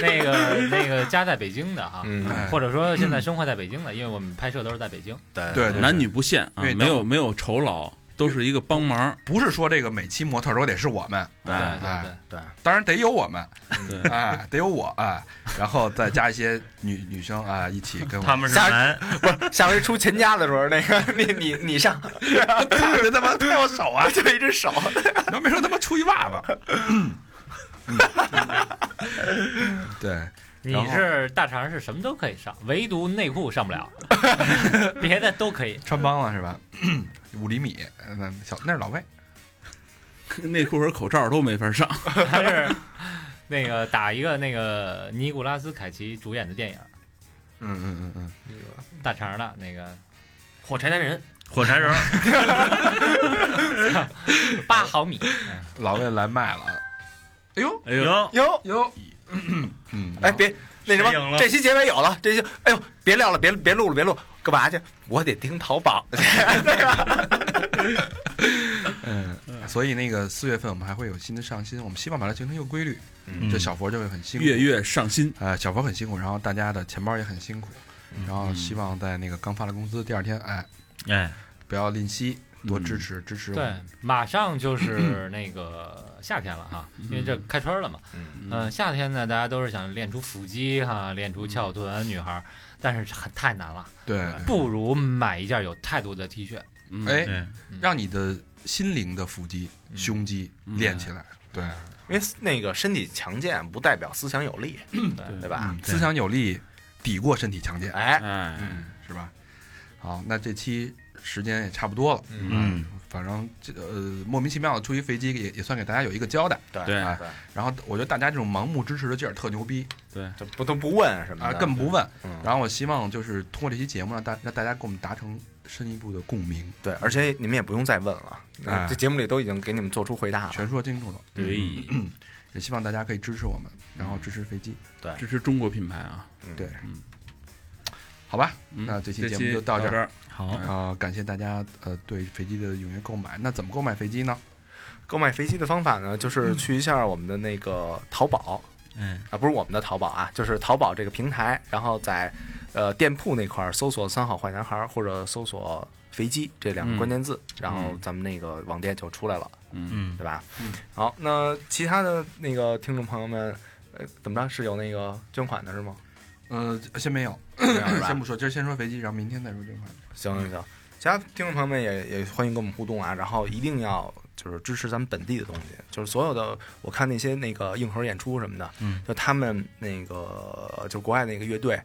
[SPEAKER 8] 那个那个家在北京的啊，
[SPEAKER 7] 嗯
[SPEAKER 4] 哎
[SPEAKER 8] 或者说现在生活在北京的，因为我们拍摄都是在北京。
[SPEAKER 4] 对对
[SPEAKER 3] 男女不限啊
[SPEAKER 4] 因为，
[SPEAKER 3] 没有没有酬劳，都是一个帮忙，
[SPEAKER 4] 不是说这个每期模特都得是我们，
[SPEAKER 3] 对
[SPEAKER 4] 哎
[SPEAKER 3] 对
[SPEAKER 4] 哎
[SPEAKER 8] 对对
[SPEAKER 4] 当然得有我们，
[SPEAKER 3] 对
[SPEAKER 4] 哎，得有我哎，然后再加一些女女生啊，一起跟我
[SPEAKER 14] 他们是
[SPEAKER 7] 下
[SPEAKER 14] 男，
[SPEAKER 7] 不是下回出秦家的时候，那个你你你上，
[SPEAKER 4] 啊别他妈推我手啊，
[SPEAKER 7] 就一只手，
[SPEAKER 4] 然后没说他妈出一袜子， 对，
[SPEAKER 8] 你
[SPEAKER 4] 然后
[SPEAKER 8] 是大肠是什么都可以上，唯独内裤上不了，别的都可以。
[SPEAKER 4] 穿帮了是吧？ 五厘米，那小那是老魏，
[SPEAKER 3] 内裤和口罩都没法上。
[SPEAKER 8] 还是那个打一个那个尼古拉斯凯奇主演的电影，
[SPEAKER 4] 嗯嗯嗯嗯，
[SPEAKER 8] 大肠的那个
[SPEAKER 1] 火柴男人，
[SPEAKER 14] 火柴人，
[SPEAKER 8] 八毫米，
[SPEAKER 4] 老魏来麦了，哎呦
[SPEAKER 3] 哎呦，
[SPEAKER 7] 哟
[SPEAKER 4] 哟，
[SPEAKER 7] 嗯，哎别那什
[SPEAKER 14] 谁赢
[SPEAKER 7] 么，
[SPEAKER 14] 了
[SPEAKER 7] 这期结尾有了，这期哎呦别聊了，别别录了，别录，干嘛去？我得盯淘宝去，
[SPEAKER 4] 嗯，所以那个四月份我们还会有新的上新，我们希望把它形成一个规律。
[SPEAKER 14] 嗯
[SPEAKER 4] 这小佛就会很辛苦，
[SPEAKER 3] 月月上新，
[SPEAKER 4] 呃，小佛很辛苦，然后大家的钱包也很辛苦，然后希望在那个刚发了工资第二天，哎，
[SPEAKER 14] 哎，
[SPEAKER 4] 不要吝惜，多支持、支持我
[SPEAKER 8] 对
[SPEAKER 4] 们。，
[SPEAKER 8] 马上就是那个夏天了哈，因为这开春了嘛。
[SPEAKER 7] 嗯
[SPEAKER 8] 嗯，夏天呢，大家都是想练出腹肌哈，练出翘臀，女孩儿，但是很太难了，
[SPEAKER 4] 对，
[SPEAKER 8] 不如买一件有态度的 T 恤。
[SPEAKER 3] 嗯
[SPEAKER 4] 哎
[SPEAKER 14] 对，
[SPEAKER 4] 让你的心灵的腹肌、胸肌练起来。对，
[SPEAKER 7] 因为那个身体强健不代表思想有力，
[SPEAKER 8] 对
[SPEAKER 7] 对吧？
[SPEAKER 4] 嗯思想有力，抵过身体强健，
[SPEAKER 7] 哎，
[SPEAKER 3] 哎，
[SPEAKER 4] 是吧？好，那这期时间也差不多了。
[SPEAKER 14] 嗯，
[SPEAKER 4] 反正这呃莫名其妙的出一飞机也也算给大家有一个交代，
[SPEAKER 7] 对
[SPEAKER 3] 对
[SPEAKER 4] 哎
[SPEAKER 7] 对
[SPEAKER 4] 然后我觉得大家这种盲目支持的劲儿特牛逼
[SPEAKER 3] 对，
[SPEAKER 7] 就不都不问什么
[SPEAKER 4] 啊，
[SPEAKER 7] 的，
[SPEAKER 4] 更不问。
[SPEAKER 7] 嗯
[SPEAKER 4] 然后我希望就是通过这期节目让大让大家跟我们达成深一步的共鸣，
[SPEAKER 7] 对，而且你们也不用再问了，嗯
[SPEAKER 4] 哎
[SPEAKER 7] 这节目里都已经给你们做出回答了。
[SPEAKER 4] 全说清楚了。
[SPEAKER 3] 对，
[SPEAKER 4] 嗯也希望大家可以支持我们，然后支持飞机。
[SPEAKER 3] 支持中国品牌啊！
[SPEAKER 4] 对，
[SPEAKER 3] 嗯
[SPEAKER 4] 好吧，
[SPEAKER 3] 嗯
[SPEAKER 4] 那这期
[SPEAKER 3] 这
[SPEAKER 4] 节
[SPEAKER 3] 期
[SPEAKER 4] 目就到
[SPEAKER 3] 到
[SPEAKER 4] 这
[SPEAKER 3] 这
[SPEAKER 4] 儿
[SPEAKER 3] 儿。
[SPEAKER 14] 好，
[SPEAKER 4] 啊、感谢大家呃对飞机的踊跃购买。那怎么购买飞机呢？
[SPEAKER 7] 购买飞机的方法呢，就是去一下我们的那个淘宝
[SPEAKER 14] 哎，
[SPEAKER 2] 嗯
[SPEAKER 7] 啊，不是我们的淘宝啊，就是淘宝这个平台，然后在呃店铺那块儿搜索“三好坏男孩儿”或者搜索“飞机”这两个关键字，然后咱们那个网店就出来了，
[SPEAKER 14] 嗯，
[SPEAKER 7] 对吧？好，那其他的那个听众朋友们，呃，怎么着是有那个捐款的是吗？
[SPEAKER 4] 呃，先没有，
[SPEAKER 7] 没有是吧
[SPEAKER 4] 先不说，今儿先说飞机，然后明天再说这款。
[SPEAKER 7] 行行行，其他听众朋友们也也欢迎跟我们互动啊，然后一定要就是支持咱们本地的东西，就是所有的我看那些那个硬核演出什么的，
[SPEAKER 14] 嗯，
[SPEAKER 7] 就他们那个就国外那个乐队，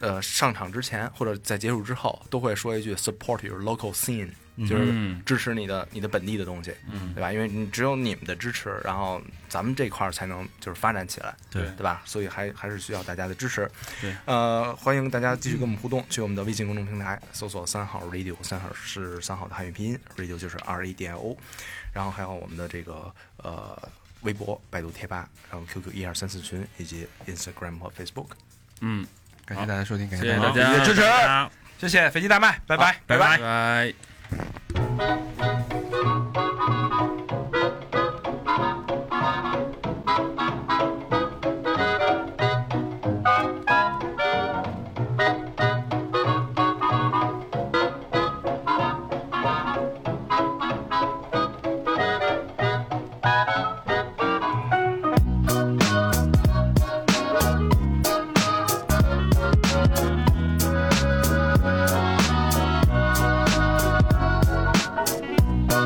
[SPEAKER 7] 呃，上场之前或者在结束之后都会说一句 support your local scene，就是支持你的你的本地的东西，
[SPEAKER 14] 嗯
[SPEAKER 7] 对吧？因为你只有你们的支持，然后咱们这块儿才能就是发展起来，
[SPEAKER 14] 对
[SPEAKER 7] 对吧？所以还还是需要大家的支持。
[SPEAKER 3] 对，
[SPEAKER 7] 呃，欢迎大家继续跟我们互动，去我们的微信公众平台搜索“三好 radio”，三好是三好的汉语拼音，radio 就是 R A D I O，然后还有我们的这个呃微博、百度贴吧，然后 QQ 一二三四群以及 Instagram 和 Facebook。
[SPEAKER 3] 嗯，
[SPEAKER 4] 感谢大家收听，感
[SPEAKER 3] 谢
[SPEAKER 4] 谢
[SPEAKER 3] 谢
[SPEAKER 4] 大
[SPEAKER 3] 大
[SPEAKER 4] 家
[SPEAKER 3] 家
[SPEAKER 4] 支持，
[SPEAKER 14] 家
[SPEAKER 4] 谢谢飞机大麦，拜拜，
[SPEAKER 3] 拜拜拜。
[SPEAKER 12] Thank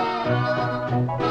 [SPEAKER 12] 了。